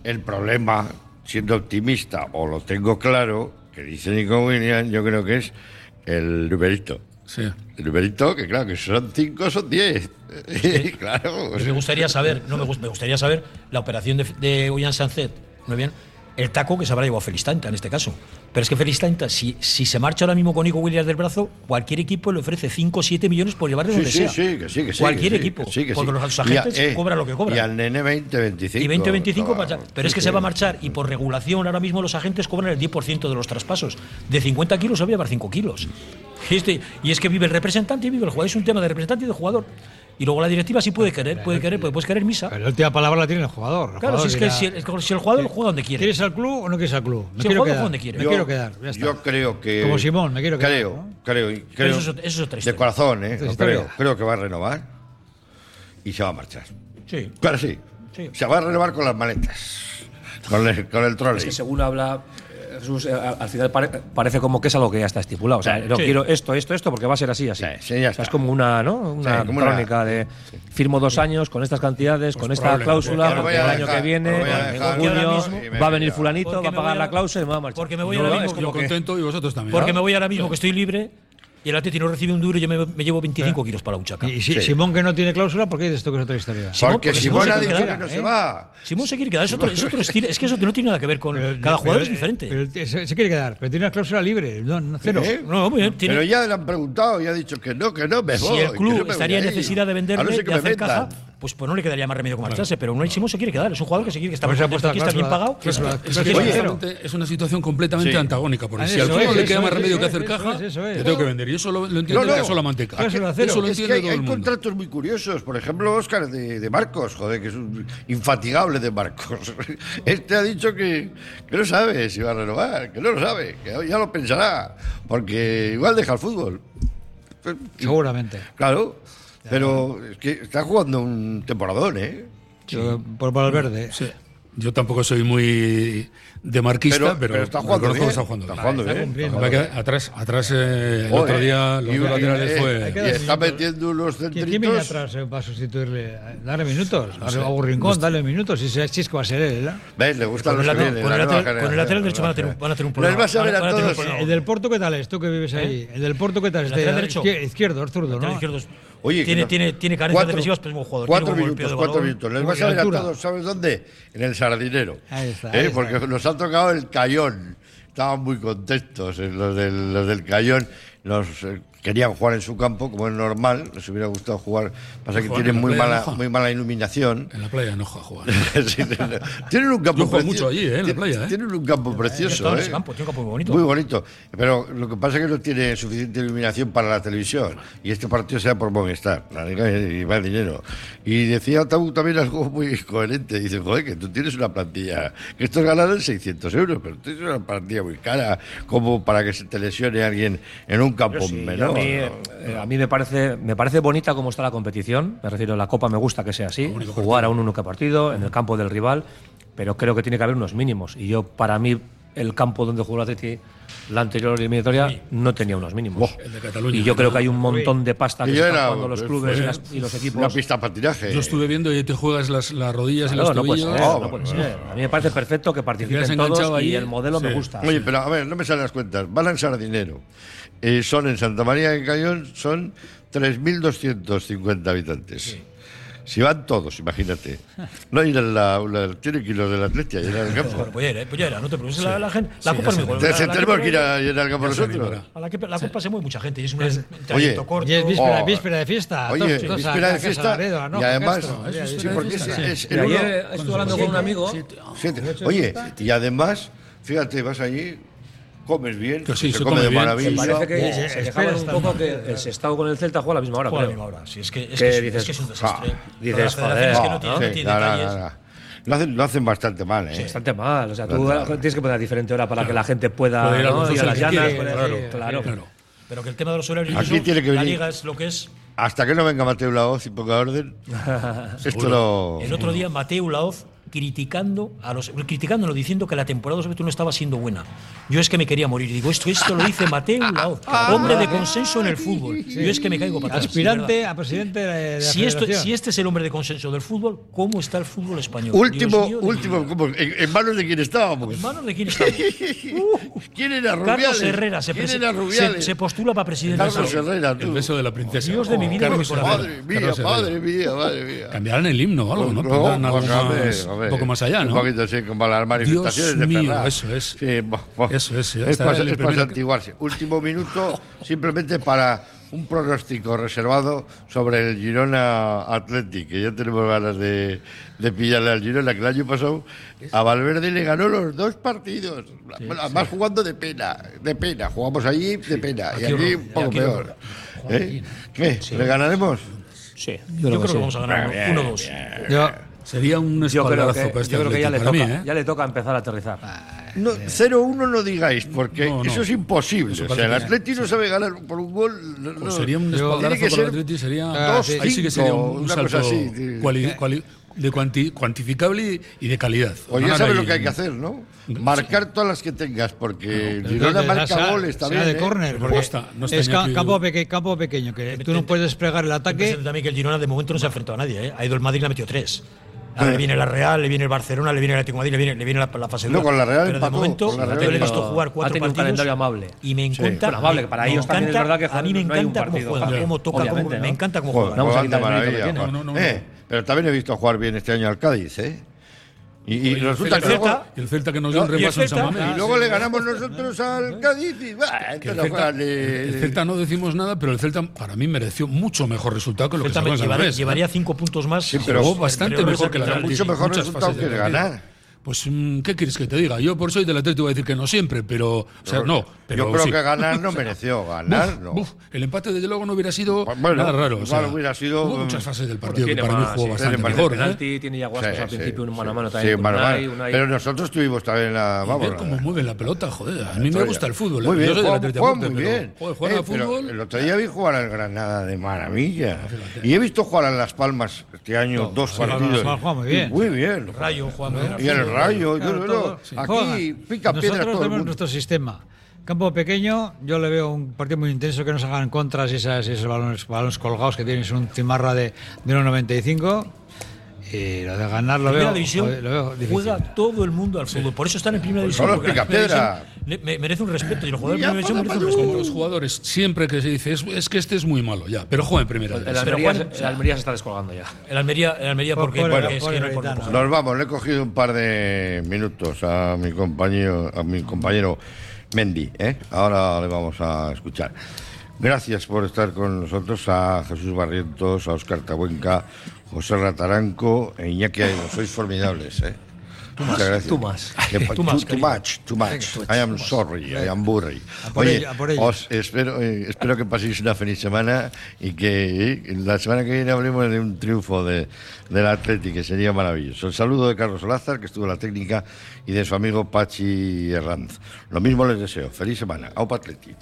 Speaker 1: el problema, siendo optimista, o lo tengo claro, que dice Nico Williams, yo creo que es el numerito.
Speaker 3: Sí.
Speaker 1: El numerito, que claro, que son cinco, son diez. claro.
Speaker 2: Pues me gustaría saber, no me, gust- me gustaría saber la operación de, de Ollán Sancet, ¿no bien? El taco que se habrá llevado Felistanta en este caso. Pero es que Felistanta, si, si se marcha ahora mismo con Nico Williams del brazo, cualquier equipo le ofrece 5 o 7 millones por llevarle
Speaker 1: Sí,
Speaker 2: donde
Speaker 1: sí,
Speaker 2: sea.
Speaker 1: sí, que sí, que sí.
Speaker 2: cualquier
Speaker 1: que sí,
Speaker 2: equipo.
Speaker 1: que sí, que
Speaker 2: porque
Speaker 1: sí.
Speaker 2: los
Speaker 1: Y a-
Speaker 2: agentes
Speaker 1: eh,
Speaker 2: cobran lo que cobran.
Speaker 1: Y al nene 20, 25.
Speaker 2: Y 20-25
Speaker 1: Ah,
Speaker 2: pasa- Pero es
Speaker 1: sí,
Speaker 2: que
Speaker 1: sí.
Speaker 2: se va a marchar y por regulación ahora mismo los agentes cobran el 10% de los traspasos. De 50 kilos se va a llevar 5 kilos. Y, este- y es que vive el representante y vive el jugador. Es un tema de representante y de jugador. Y luego la directiva sí puede querer, puede querer, puede, puedes querer misa.
Speaker 5: Pero la última palabra la tiene el jugador. El
Speaker 2: Claro,
Speaker 5: jugador
Speaker 2: si es que
Speaker 5: dirá,
Speaker 2: si el, si el jugador juega donde quiere.
Speaker 5: ¿Quieres al club o no quieres al club? Me
Speaker 2: Si el
Speaker 5: quiero
Speaker 2: jugador
Speaker 5: quedar.
Speaker 2: juega donde quiere.
Speaker 5: Me
Speaker 2: Yo-
Speaker 5: quiero quedar. ya está.
Speaker 1: Yo creo que.
Speaker 5: Como Simón, me quiero quedar,
Speaker 1: Creo,
Speaker 5: ¿no?
Speaker 1: creo. y creo-
Speaker 2: eso es- eso es otra
Speaker 1: De
Speaker 2: historia.
Speaker 1: corazón, ¿eh?
Speaker 5: Otra
Speaker 1: Lo
Speaker 5: historia.
Speaker 1: creo. Creo que va a renovar y se va a marchar.
Speaker 2: Sí.
Speaker 1: Claro, sí.
Speaker 2: Sí.
Speaker 1: Se va a renovar con las maletas. Con el, con el trolley.
Speaker 4: Es que según habla eh, Jesús, eh, al al final pare- parece como que es algo que ya está estipulado. O sea, no
Speaker 2: Sí.
Speaker 4: quiero esto, esto, esto, porque va a ser así, así.
Speaker 1: Sí, sí, ya
Speaker 4: O sea,
Speaker 1: está.
Speaker 4: es como una, ¿no? una
Speaker 1: Sí, Pues como una-
Speaker 4: crónica de firmo dos años con estas cantidades, con esta
Speaker 3: probablemente.
Speaker 4: cláusula,
Speaker 1: Os voy
Speaker 4: porque
Speaker 1: a
Speaker 4: el año
Speaker 1: dejar,
Speaker 4: que
Speaker 1: os
Speaker 4: viene,
Speaker 1: voy a
Speaker 4: en
Speaker 1: dejar.
Speaker 4: junio,
Speaker 2: Porque ahora mismo-
Speaker 4: va a venir
Speaker 2: Porque
Speaker 4: fulanito, va a
Speaker 2: me
Speaker 4: pagar
Speaker 2: voy
Speaker 4: la
Speaker 2: a-
Speaker 4: cláusula y me va a marchar.
Speaker 2: porque me voy
Speaker 4: No,
Speaker 2: ahora
Speaker 4: no,
Speaker 2: mismo
Speaker 4: es como
Speaker 3: Yo
Speaker 4: que-
Speaker 3: contento y vosotros también.
Speaker 2: Porque
Speaker 3: ¿no?
Speaker 2: me voy ahora mismo que estoy libre y el Atleti no recibe un duro y yo me, me llevo 25 kilos para la buchaca.
Speaker 5: Y si-
Speaker 1: Sí.
Speaker 5: Simón que no tiene cláusula, ¿por qué dices tú que es otra historia?
Speaker 1: Porque
Speaker 2: porque
Speaker 1: Simón
Speaker 2: Simón
Speaker 1: ha
Speaker 2: se
Speaker 1: dicho
Speaker 2: queda,
Speaker 1: que no
Speaker 2: ¿eh?
Speaker 1: se va.
Speaker 2: Simón se quiere quedar, es otro, es otro estilo. Es que eso no tiene nada que ver con.
Speaker 5: Pero-
Speaker 2: cada jugador
Speaker 5: pero-
Speaker 2: es diferente.
Speaker 5: pero el- se, se quiere quedar, pero tiene una cláusula libre. No, no, cero.
Speaker 1: ¿Eh?
Speaker 2: no, muy bien, tiene-
Speaker 1: Pero ya le han preguntado y ha dicho que no, que no, me
Speaker 2: si
Speaker 1: voy,
Speaker 2: el
Speaker 1: que
Speaker 2: club
Speaker 1: no me
Speaker 2: estaría en
Speaker 1: voy a ir.
Speaker 2: necesidad de venderle,
Speaker 1: A no ser que
Speaker 2: de
Speaker 1: me
Speaker 2: hacer caja,
Speaker 1: vendan.
Speaker 2: pues, pues no le quedaría más remedio que marcharse. Pero no, Simón se quiere quedar. Es un jugador que se quiere que está,
Speaker 5: Pues se ha
Speaker 2: contento
Speaker 5: puesto
Speaker 2: aquí, está bien
Speaker 5: cláusula-
Speaker 2: pagado.
Speaker 5: cláusula-
Speaker 3: Es que
Speaker 5: Oye,
Speaker 3: sinceramente, es una situación completamente
Speaker 1: Sí.
Speaker 3: antagónica, porque
Speaker 5: Ah,
Speaker 3: si al
Speaker 5: eso
Speaker 3: club
Speaker 5: es,
Speaker 3: le
Speaker 5: eso
Speaker 3: queda más
Speaker 5: es,
Speaker 3: remedio
Speaker 5: eso
Speaker 3: que
Speaker 5: es,
Speaker 3: hacer
Speaker 5: eso
Speaker 3: caja,
Speaker 5: es, eso es.
Speaker 3: le tengo que vender. Y eso lo, lo entiende
Speaker 1: No, no.
Speaker 3: el caso la manteca.
Speaker 5: Cláusula cero.
Speaker 3: Eso lo
Speaker 1: es que
Speaker 3: entiende
Speaker 1: hay,
Speaker 3: todo el
Speaker 1: hay
Speaker 3: mundo.
Speaker 1: contratos muy curiosos. Por ejemplo, Óscar de, de Marcos, joder, que es un infatigable de Marcos. Este ha dicho que, que no sabe si va a renovar, que no lo sabe, que ya lo pensará, porque igual deja el fútbol.
Speaker 5: Seguramente.
Speaker 1: Claro, pero es que está jugando un temporadón, ¿eh?
Speaker 5: Yo- Por Valverde.
Speaker 3: Sí. Yo tampoco soy muy de marquista,
Speaker 1: Pero-
Speaker 3: pero,
Speaker 1: pero está jugando
Speaker 3: reconozco que
Speaker 1: bien.
Speaker 3: está jugando
Speaker 1: Está
Speaker 3: bien.
Speaker 1: jugando bien.
Speaker 5: cumpliendo.
Speaker 3: Lo que pasa es que Atrás, atrás eh, el
Speaker 1: Joder,
Speaker 3: otro día los
Speaker 1: y-
Speaker 3: dos
Speaker 1: y-
Speaker 3: laterales
Speaker 1: eh,
Speaker 3: fue.
Speaker 1: Y está metiendo unos
Speaker 5: ¿Quién, quién viene
Speaker 1: centritos.
Speaker 5: atrás eh, para sustituirle? Dale minutos. A a un rincón, dale minutos. Si, se- si es que va a ser él, ¿eh? ¿verdad?
Speaker 1: ¿Ves? Le gusta
Speaker 2: Con el
Speaker 1: los que
Speaker 2: lateral-
Speaker 1: vienen,
Speaker 2: con
Speaker 1: la nueva
Speaker 2: el lateral- con el
Speaker 1: generación,
Speaker 2: lateral derecho
Speaker 1: la
Speaker 2: van a tener un-
Speaker 1: nueva
Speaker 2: van a tener
Speaker 1: generación.
Speaker 2: un problema.
Speaker 1: Les vas
Speaker 2: Van
Speaker 1: a
Speaker 2: a
Speaker 1: ver
Speaker 2: tener
Speaker 1: a
Speaker 2: un
Speaker 1: todos.
Speaker 2: problema.
Speaker 5: ¿El del Porto qué tal es? Tú que vives ahí. ¿El del Porto qué tal es?
Speaker 2: ¿Eh? ¿Lateral
Speaker 5: De-
Speaker 2: derecho?
Speaker 5: izquier- Izquierdo, es zurdo,
Speaker 2: Lateral
Speaker 5: ¿no?
Speaker 2: izquierdo es-
Speaker 1: Oye,
Speaker 2: tiene,
Speaker 1: que no-
Speaker 2: tiene, tiene carencias
Speaker 1: cuatro-
Speaker 2: defensivas, pero es buen jugador.
Speaker 1: Cuatro
Speaker 2: tiene un buen golpeo
Speaker 1: minutos,
Speaker 2: de
Speaker 1: cuatro
Speaker 2: balón.
Speaker 1: minutos. Les
Speaker 5: Tiene
Speaker 1: vas a ver a
Speaker 5: altura.
Speaker 1: todos, ¿sabes dónde? En el sardinero.
Speaker 5: Ahí está,
Speaker 1: ¿Eh?
Speaker 5: ahí está.
Speaker 1: Porque nos ha tocado el cayón. Estaban muy contentos eh, los del, los del cayón. Los, eh, querían jugar en su campo, como es normal. Les hubiera gustado jugar. Pasa que
Speaker 3: Jugar en
Speaker 1: tienen
Speaker 3: la
Speaker 1: muy
Speaker 3: playa,
Speaker 1: mala,
Speaker 3: Rafa.
Speaker 1: muy mala iluminación.
Speaker 3: En la playa no juega a jugar.
Speaker 1: Sí, no, no. tienen un campo
Speaker 3: Yo juego
Speaker 1: preci-
Speaker 3: mucho allí, eh, en la playa, eh.
Speaker 1: Tienen un campo precioso.
Speaker 2: estado en
Speaker 1: eh.
Speaker 2: ese campo, tiene un campo muy bonito.
Speaker 1: bonito. Pero lo que pasa es que no tiene suficiente iluminación para la televisión. Y este partido sea por Movistar. la liga, eh, Y va el dinero. Y decía Tabú también algo muy coherente. Dice, joder, que tú tienes una plantilla. Que estos ganaron 600 euros, pero tú tienes una plantilla muy cara. Como para que se te lesione alguien en un campo
Speaker 4: Yo sí, yo
Speaker 1: menor.
Speaker 4: a, mí,
Speaker 1: ¿no?
Speaker 4: eh, a mí me parece me parece bonita como está la competición. Me refiero a la Copa, me gusta que sea así. Jugar a un único partido en el campo del rival, pero creo que tiene que haber unos mínimos. Y yo, para mí, el campo donde jugó el Atleti la anterior eliminatoria no tenía unos mínimos.
Speaker 3: El de Cataluña.
Speaker 4: y yo creo que hay un montón de pasta que
Speaker 1: Y
Speaker 4: se
Speaker 1: yo
Speaker 4: están
Speaker 1: era- pues,
Speaker 4: jugando los clubes y, las- y los
Speaker 1: Una
Speaker 4: equipos.
Speaker 1: pista de patinaje.
Speaker 3: Yo estuve viendo y te juegas las, las rodillas y
Speaker 4: Claro,
Speaker 3: los
Speaker 4: no puede
Speaker 3: tobillos.
Speaker 4: ser,
Speaker 1: Ah,
Speaker 4: no
Speaker 1: bueno,
Speaker 4: puede ser. A mí me parece perfecto que
Speaker 3: quedas
Speaker 4: participen
Speaker 3: enganchado
Speaker 4: todos
Speaker 3: ahí,
Speaker 4: y el modelo
Speaker 3: sí.
Speaker 4: me gusta.
Speaker 1: Oye, pero a ver, no me salen las cuentas. Van a Sardinero. Eh, son en Santa María de Cayón, son 3.250 habitantes. Si van todos, imagínate. No ir en la, la- tiene kilos del Atletia y al campo.
Speaker 2: Bueno, pues ya era, pues ya era, no te preocupes. La, la gente- la
Speaker 3: Sí,
Speaker 2: Copa es
Speaker 3: ya
Speaker 2: muy buena.
Speaker 1: Entonces,
Speaker 2: La- la
Speaker 1: tenemos
Speaker 2: Copa-
Speaker 1: que ir a, ir al campo
Speaker 3: Ya se
Speaker 1: nosotros.
Speaker 3: animará.
Speaker 2: a la, que, la Copa se mueve mucha gente y es un trayecto corto.
Speaker 5: Y es víspera,
Speaker 1: Oh.
Speaker 5: víspera de fiesta.
Speaker 1: Oye,
Speaker 5: todos- todos a-
Speaker 1: víspera
Speaker 5: a
Speaker 1: de
Speaker 5: Casa
Speaker 1: fiesta.
Speaker 5: Laredo, a Noja,
Speaker 1: y además,
Speaker 5: Castro.
Speaker 3: eso
Speaker 5: Ya,
Speaker 1: sí,
Speaker 3: víspera de
Speaker 1: porque es,
Speaker 3: fiesta.
Speaker 1: es
Speaker 4: Y
Speaker 1: el uno-
Speaker 4: ayer estuve hablando con un amigo.
Speaker 1: siete. Oye, y además, fíjate, vas allí, comes bien,
Speaker 3: Que sí,
Speaker 1: se,
Speaker 3: se
Speaker 1: come,
Speaker 3: come
Speaker 1: de
Speaker 3: bien.
Speaker 1: maravilla.
Speaker 4: Parece que
Speaker 5: Wow.
Speaker 4: se quejaban un
Speaker 5: Espera,
Speaker 4: poco
Speaker 5: está
Speaker 4: que el Sestao con el Celta juega a la misma hora.
Speaker 2: Joder,
Speaker 4: creo.
Speaker 2: amigo, ahora, sí, es que, es
Speaker 4: ¿Qué
Speaker 2: que, es un-
Speaker 4: dices?
Speaker 2: es que es un desastre.
Speaker 1: Ja.
Speaker 4: Dices,
Speaker 2: Todas las federaciones
Speaker 4: joder,
Speaker 2: que no tienen,
Speaker 4: ¿no?
Speaker 2: no
Speaker 1: Ah, Sí, no,
Speaker 2: tienen
Speaker 1: no,
Speaker 2: detalles.
Speaker 1: no, no. Lo hacen, lo hacen bastante mal, ¿eh?
Speaker 4: Bastante mal. O sea, tú
Speaker 1: Bastante mal.
Speaker 4: tienes que poner a diferente hora para que la gente pueda
Speaker 1: Ah,
Speaker 3: Puede ir a
Speaker 4: ¿no?
Speaker 3: los
Speaker 4: ir
Speaker 3: dos
Speaker 4: a
Speaker 3: al
Speaker 4: las
Speaker 3: que
Speaker 4: llanas.
Speaker 3: quiere,
Speaker 1: pues,
Speaker 4: puede-
Speaker 3: claro,
Speaker 4: claro.
Speaker 3: claro.
Speaker 2: Pero que el tema de los horarios,
Speaker 1: Aquí
Speaker 2: eso,
Speaker 1: tiene que
Speaker 2: la
Speaker 1: venir-
Speaker 2: liga es lo que es.
Speaker 1: Hasta que no venga Mateo Laoz y ponga orden, esto no.
Speaker 2: El otro día Mateo Laoz criticando a los criticándolo diciendo que la temporada 2021 no estaba siendo buena. Yo es que me quería morir. Digo, esto esto lo dice Mateo Laoz,
Speaker 5: Ah,
Speaker 2: hombre de consenso en el fútbol. Yo es que me caigo para atrás, de
Speaker 5: Aspirante
Speaker 2: verdad.
Speaker 5: a presidente de, de la
Speaker 2: Si, esto,
Speaker 5: federación.
Speaker 2: si este es el hombre de consenso del fútbol, ¿cómo está el fútbol español?
Speaker 1: Último,
Speaker 2: Dios mío de mi
Speaker 1: último,
Speaker 2: vida.
Speaker 1: ¿cómo? ¿En, en manos de quién estábamos?
Speaker 2: ¿En manos de quién estamos? Uh,
Speaker 1: ¿Quién era Rubiales?
Speaker 2: Carlos Herrera se,
Speaker 1: ¿Quién
Speaker 2: prese-
Speaker 1: era
Speaker 2: se-
Speaker 1: Rubiales?
Speaker 2: se postula para presidente. del
Speaker 1: Carlos
Speaker 2: Barça.
Speaker 1: Herrera,
Speaker 3: El
Speaker 1: tú.
Speaker 3: beso de la princesa.
Speaker 2: Dios de mi vida,
Speaker 3: Carlos
Speaker 2: mi corazón.
Speaker 1: Madre mía,
Speaker 3: Carlos Herrera.
Speaker 1: madre mía, madre mía.
Speaker 3: Cambiarán el himno o algo, ¿no?
Speaker 1: No,
Speaker 3: Pondrán algo
Speaker 1: pues, a ver,
Speaker 3: más-
Speaker 1: a
Speaker 3: un
Speaker 1: ver.
Speaker 3: poco más allá, ¿no?
Speaker 1: Un poquito así, como las manifestaciones de
Speaker 3: mío,
Speaker 1: Ferraz.
Speaker 3: eso es.
Speaker 1: Sí, bo- bo-
Speaker 3: Eso es, ya
Speaker 1: es
Speaker 3: está
Speaker 1: para,
Speaker 3: el
Speaker 1: es para
Speaker 3: primer-
Speaker 1: santiguarse. Último minuto, simplemente para un pronóstico reservado sobre el Girona Athletic, que ya tenemos ganas de, de pillarle al Girona, que el año pasado a Valverde le ganó los dos partidos, Bueno, además jugando de pena, de pena, jugamos allí de pena, y
Speaker 2: Aquí
Speaker 1: aquí
Speaker 2: horror,
Speaker 1: un poco
Speaker 2: aquí
Speaker 1: peor.
Speaker 2: horror.
Speaker 1: ¿Eh? ¿Qué? ¿Le ganaremos?
Speaker 4: Sí,
Speaker 2: Yo creo que,
Speaker 4: sí.
Speaker 2: vamos a ganar
Speaker 1: Bien,
Speaker 2: uno, dos.
Speaker 5: Yo,
Speaker 3: Sería un
Speaker 4: Pues Yo creo
Speaker 3: espaldarazo
Speaker 4: que,
Speaker 3: para este
Speaker 4: yo creo que ya, le
Speaker 3: Atleti, para
Speaker 4: toca,
Speaker 3: mí, ¿eh? Ah,
Speaker 4: ya le toca empezar a aterrizar.
Speaker 1: No, 0-1 no digáis, porque
Speaker 3: No, no.
Speaker 1: eso es imposible.
Speaker 3: Eso
Speaker 1: o sea, el
Speaker 3: parece que-
Speaker 1: Atleti no sabe ganar por un gol. no-
Speaker 3: Pues
Speaker 1: no.
Speaker 3: sería un
Speaker 1: Tiene
Speaker 3: espaldarazo
Speaker 1: que
Speaker 3: para el
Speaker 1: ser
Speaker 3: Atleti, sería
Speaker 5: Ah,
Speaker 1: dos,
Speaker 5: sí.
Speaker 3: ahí sí que sería
Speaker 1: cinco,
Speaker 3: un, un
Speaker 1: una
Speaker 3: salto
Speaker 1: cosa así, sí.
Speaker 3: cuali- cuali- de cuanti- cuantificable y, y de calidad.
Speaker 1: Pues ya
Speaker 3: Ganar
Speaker 1: sabes
Speaker 3: ahí
Speaker 1: lo que hay
Speaker 3: en-
Speaker 1: que hacer, ¿no? Marcar todas las que tengas, porque el Girona
Speaker 5: Entonces,
Speaker 1: marca
Speaker 5: será-
Speaker 1: goles también.
Speaker 5: será eh, de
Speaker 1: ¿eh?
Speaker 5: córner,
Speaker 3: Pero
Speaker 5: porque
Speaker 3: no está- no está
Speaker 5: es ca-
Speaker 3: Iñaki-
Speaker 5: campo, peque- campo pequeño, que tú no puedes desplegar el ataque.
Speaker 2: Pensando también que el Girona de momento no se ha enfrentado a nadie. ¿eh? Ha ido el Madrid y le ha metido tres. Ahora le viene la Real, le viene el Barcelona, le viene el Atlético de Madrid, le viene, le viene la, la fase
Speaker 1: No,
Speaker 2: dura.
Speaker 1: con la Real
Speaker 2: Pero
Speaker 1: empató,
Speaker 2: de momento
Speaker 1: con la Real
Speaker 2: yo le he
Speaker 1: empató.
Speaker 2: visto jugar
Speaker 4: Ha
Speaker 2: cuatro
Speaker 4: tenido un
Speaker 2: partidos
Speaker 4: calendario amable.
Speaker 2: y me encanta.
Speaker 4: Bueno, amable, que para
Speaker 2: me
Speaker 4: ellos también es
Speaker 2: encanta-
Speaker 4: verdad que
Speaker 2: a mí me
Speaker 4: joder, no hay un
Speaker 2: encanta cómo
Speaker 4: partido
Speaker 2: juega,
Speaker 4: fácil.
Speaker 2: cómo toca, cómo,
Speaker 4: Obviamente,
Speaker 2: me
Speaker 4: ¿no?
Speaker 2: eanta cómo
Speaker 1: Joder,
Speaker 2: juega.
Speaker 4: Vamos a
Speaker 1: pues anda
Speaker 4: quitar el mérito que
Speaker 1: maravilla.
Speaker 4: tiene.
Speaker 1: Juan.
Speaker 3: No, no, no,
Speaker 1: Eh, Pero también he visto jugar bien este año al Cádiz, ¿eh? Y, y
Speaker 3: Y el
Speaker 1: resulta que luego,
Speaker 3: Celta- Ah, y el Celta que nos dio un
Speaker 2: No, y el
Speaker 3: repaso en
Speaker 2: Celta-
Speaker 3: San Mamés.
Speaker 1: y ah, luego le ganamos nosotros al Cádiz y bah,
Speaker 3: ¿Eh?
Speaker 1: esto
Speaker 3: Que el,
Speaker 1: no juega
Speaker 3: Celta,
Speaker 1: ni-
Speaker 3: el Celta no decimos nada, pero el Celta para mí mereció mucho mejor resultado que lo
Speaker 2: Celta
Speaker 3: que sacó en San
Speaker 2: llevaría,
Speaker 3: Mamés, ¿eh?
Speaker 2: llevaría cinco puntos más.
Speaker 1: Sí, pero
Speaker 3: pero
Speaker 1: Jugó
Speaker 3: bastante
Speaker 2: Creo que
Speaker 3: mejor
Speaker 2: se-
Speaker 3: que el
Speaker 1: pero
Speaker 3: Atlético.
Speaker 1: mucho mejor
Speaker 3: Muchas
Speaker 1: resultado
Speaker 3: fases del
Speaker 1: que el
Speaker 3: partido.
Speaker 1: ganar.
Speaker 3: Pues, mm, ¿qué quieres que te diga? Yo por soy del Atlético voy a decir que no siempre, pero. O sea, no. Pero
Speaker 1: Yo creo
Speaker 3: sí.
Speaker 1: que ganar no mereció, ganar
Speaker 3: Buf,
Speaker 1: no.
Speaker 3: buf, el empate, desde luego, no hubiera sido
Speaker 1: Bueno,
Speaker 3: nada raro. o sea,
Speaker 1: igual hubiera sido,
Speaker 3: hubo muchas
Speaker 1: mm,
Speaker 3: fases del partido que
Speaker 4: tiene
Speaker 3: para mí
Speaker 4: más,
Speaker 3: jugó
Speaker 4: sí,
Speaker 3: bastante
Speaker 1: tiene más
Speaker 3: mejor. ¿eh?
Speaker 4: Penalti, tiene ya guascos
Speaker 1: Sí,
Speaker 4: al
Speaker 1: sí,
Speaker 4: principio, un mano a
Speaker 1: sí.
Speaker 4: mano también.
Speaker 1: Sí,
Speaker 4: con
Speaker 1: mano a mano.
Speaker 4: Unai, Unai.
Speaker 1: Pero nosotros tuvimos también la.
Speaker 3: Y
Speaker 1: Vamos,
Speaker 3: Ver cómo
Speaker 1: la-
Speaker 3: mueven la pelota, joder. A mí me
Speaker 1: Troya.
Speaker 3: gusta el fútbol. ¿eh?
Speaker 1: Muy bien,
Speaker 3: Yo soy del
Speaker 1: juega-
Speaker 3: Atlético
Speaker 1: juega
Speaker 3: de
Speaker 1: muy
Speaker 3: Madrid, pero,
Speaker 1: bien.
Speaker 3: joder, juegan
Speaker 1: Eh,
Speaker 3: al
Speaker 1: pero
Speaker 3: fútbol.
Speaker 1: El otro día vi jugar al Granada de maravilla. Y he visto jugar a Las Palmas este año dos partidos.
Speaker 5: Las Palmas juega muy bien.
Speaker 1: Muy bien.
Speaker 2: Rayo, Juan.
Speaker 1: Y el Rayo, yo
Speaker 5: Claro,
Speaker 1: lo
Speaker 5: todo-
Speaker 1: veo. Aquí
Speaker 5: Juegan.
Speaker 1: pica
Speaker 5: Nosotros
Speaker 1: piedra todo el
Speaker 5: tenemos
Speaker 1: mundo.
Speaker 5: nuestro sistema. Campo pequeño, yo le veo un partido muy intenso que nos hagan contras y esas, esos balones, balones colgados que tienes un cimarra de, de 1,95. Y lo de ganar lo
Speaker 2: Primera
Speaker 5: veo,
Speaker 2: división
Speaker 5: joder, lo veo difícil.
Speaker 2: juega todo el mundo al fútbol. Por eso están en primera división.
Speaker 1: solo
Speaker 2: porque la
Speaker 1: Picapiedra.
Speaker 2: primera división le- me- merece un respeto. Y el jugador de
Speaker 1: Ya,
Speaker 2: primera división merece un
Speaker 1: para, para.
Speaker 2: respeto.
Speaker 3: Los jugadores, siempre que se dice, es, es que este es muy malo, ya, pero juega en primera.
Speaker 4: El
Speaker 3: división.
Speaker 4: Almería,
Speaker 2: Juan,
Speaker 4: se- el Almería se está descolgando ya.
Speaker 2: El Almería, el Almería
Speaker 5: Por-
Speaker 2: porque,
Speaker 5: por-
Speaker 2: porque es
Speaker 5: por-
Speaker 2: que no hay
Speaker 5: por-
Speaker 2: por empujado.
Speaker 1: Pues Nos vamos, le he cogido un par de minutos a mi compañero, a mi compañero Mendy. ¿eh? Ahora le vamos a escuchar. Gracias por estar con nosotros a Jesús Barrientos, a Oscar Tabuenca, José Rataranco e Iñaki Aino. Sois formidables. ¿eh? Muchas gracias.
Speaker 4: tú más.
Speaker 1: Que pa-
Speaker 2: Tú más,
Speaker 1: too
Speaker 2: querido.
Speaker 1: much, too much. I am sorry, I am worried.
Speaker 5: A por
Speaker 1: Oye,
Speaker 5: ello, a por ello.
Speaker 1: os espero, eh, espero que paséis una feliz semana y que eh, la semana que viene hablemos de un triunfo de, del Atleti, que sería maravilloso. El saludo de Carlos Lázaro, que estuvo en la técnica, y de su amigo Pachi Herranz. Lo mismo les deseo. Feliz semana. Aupa Atleti.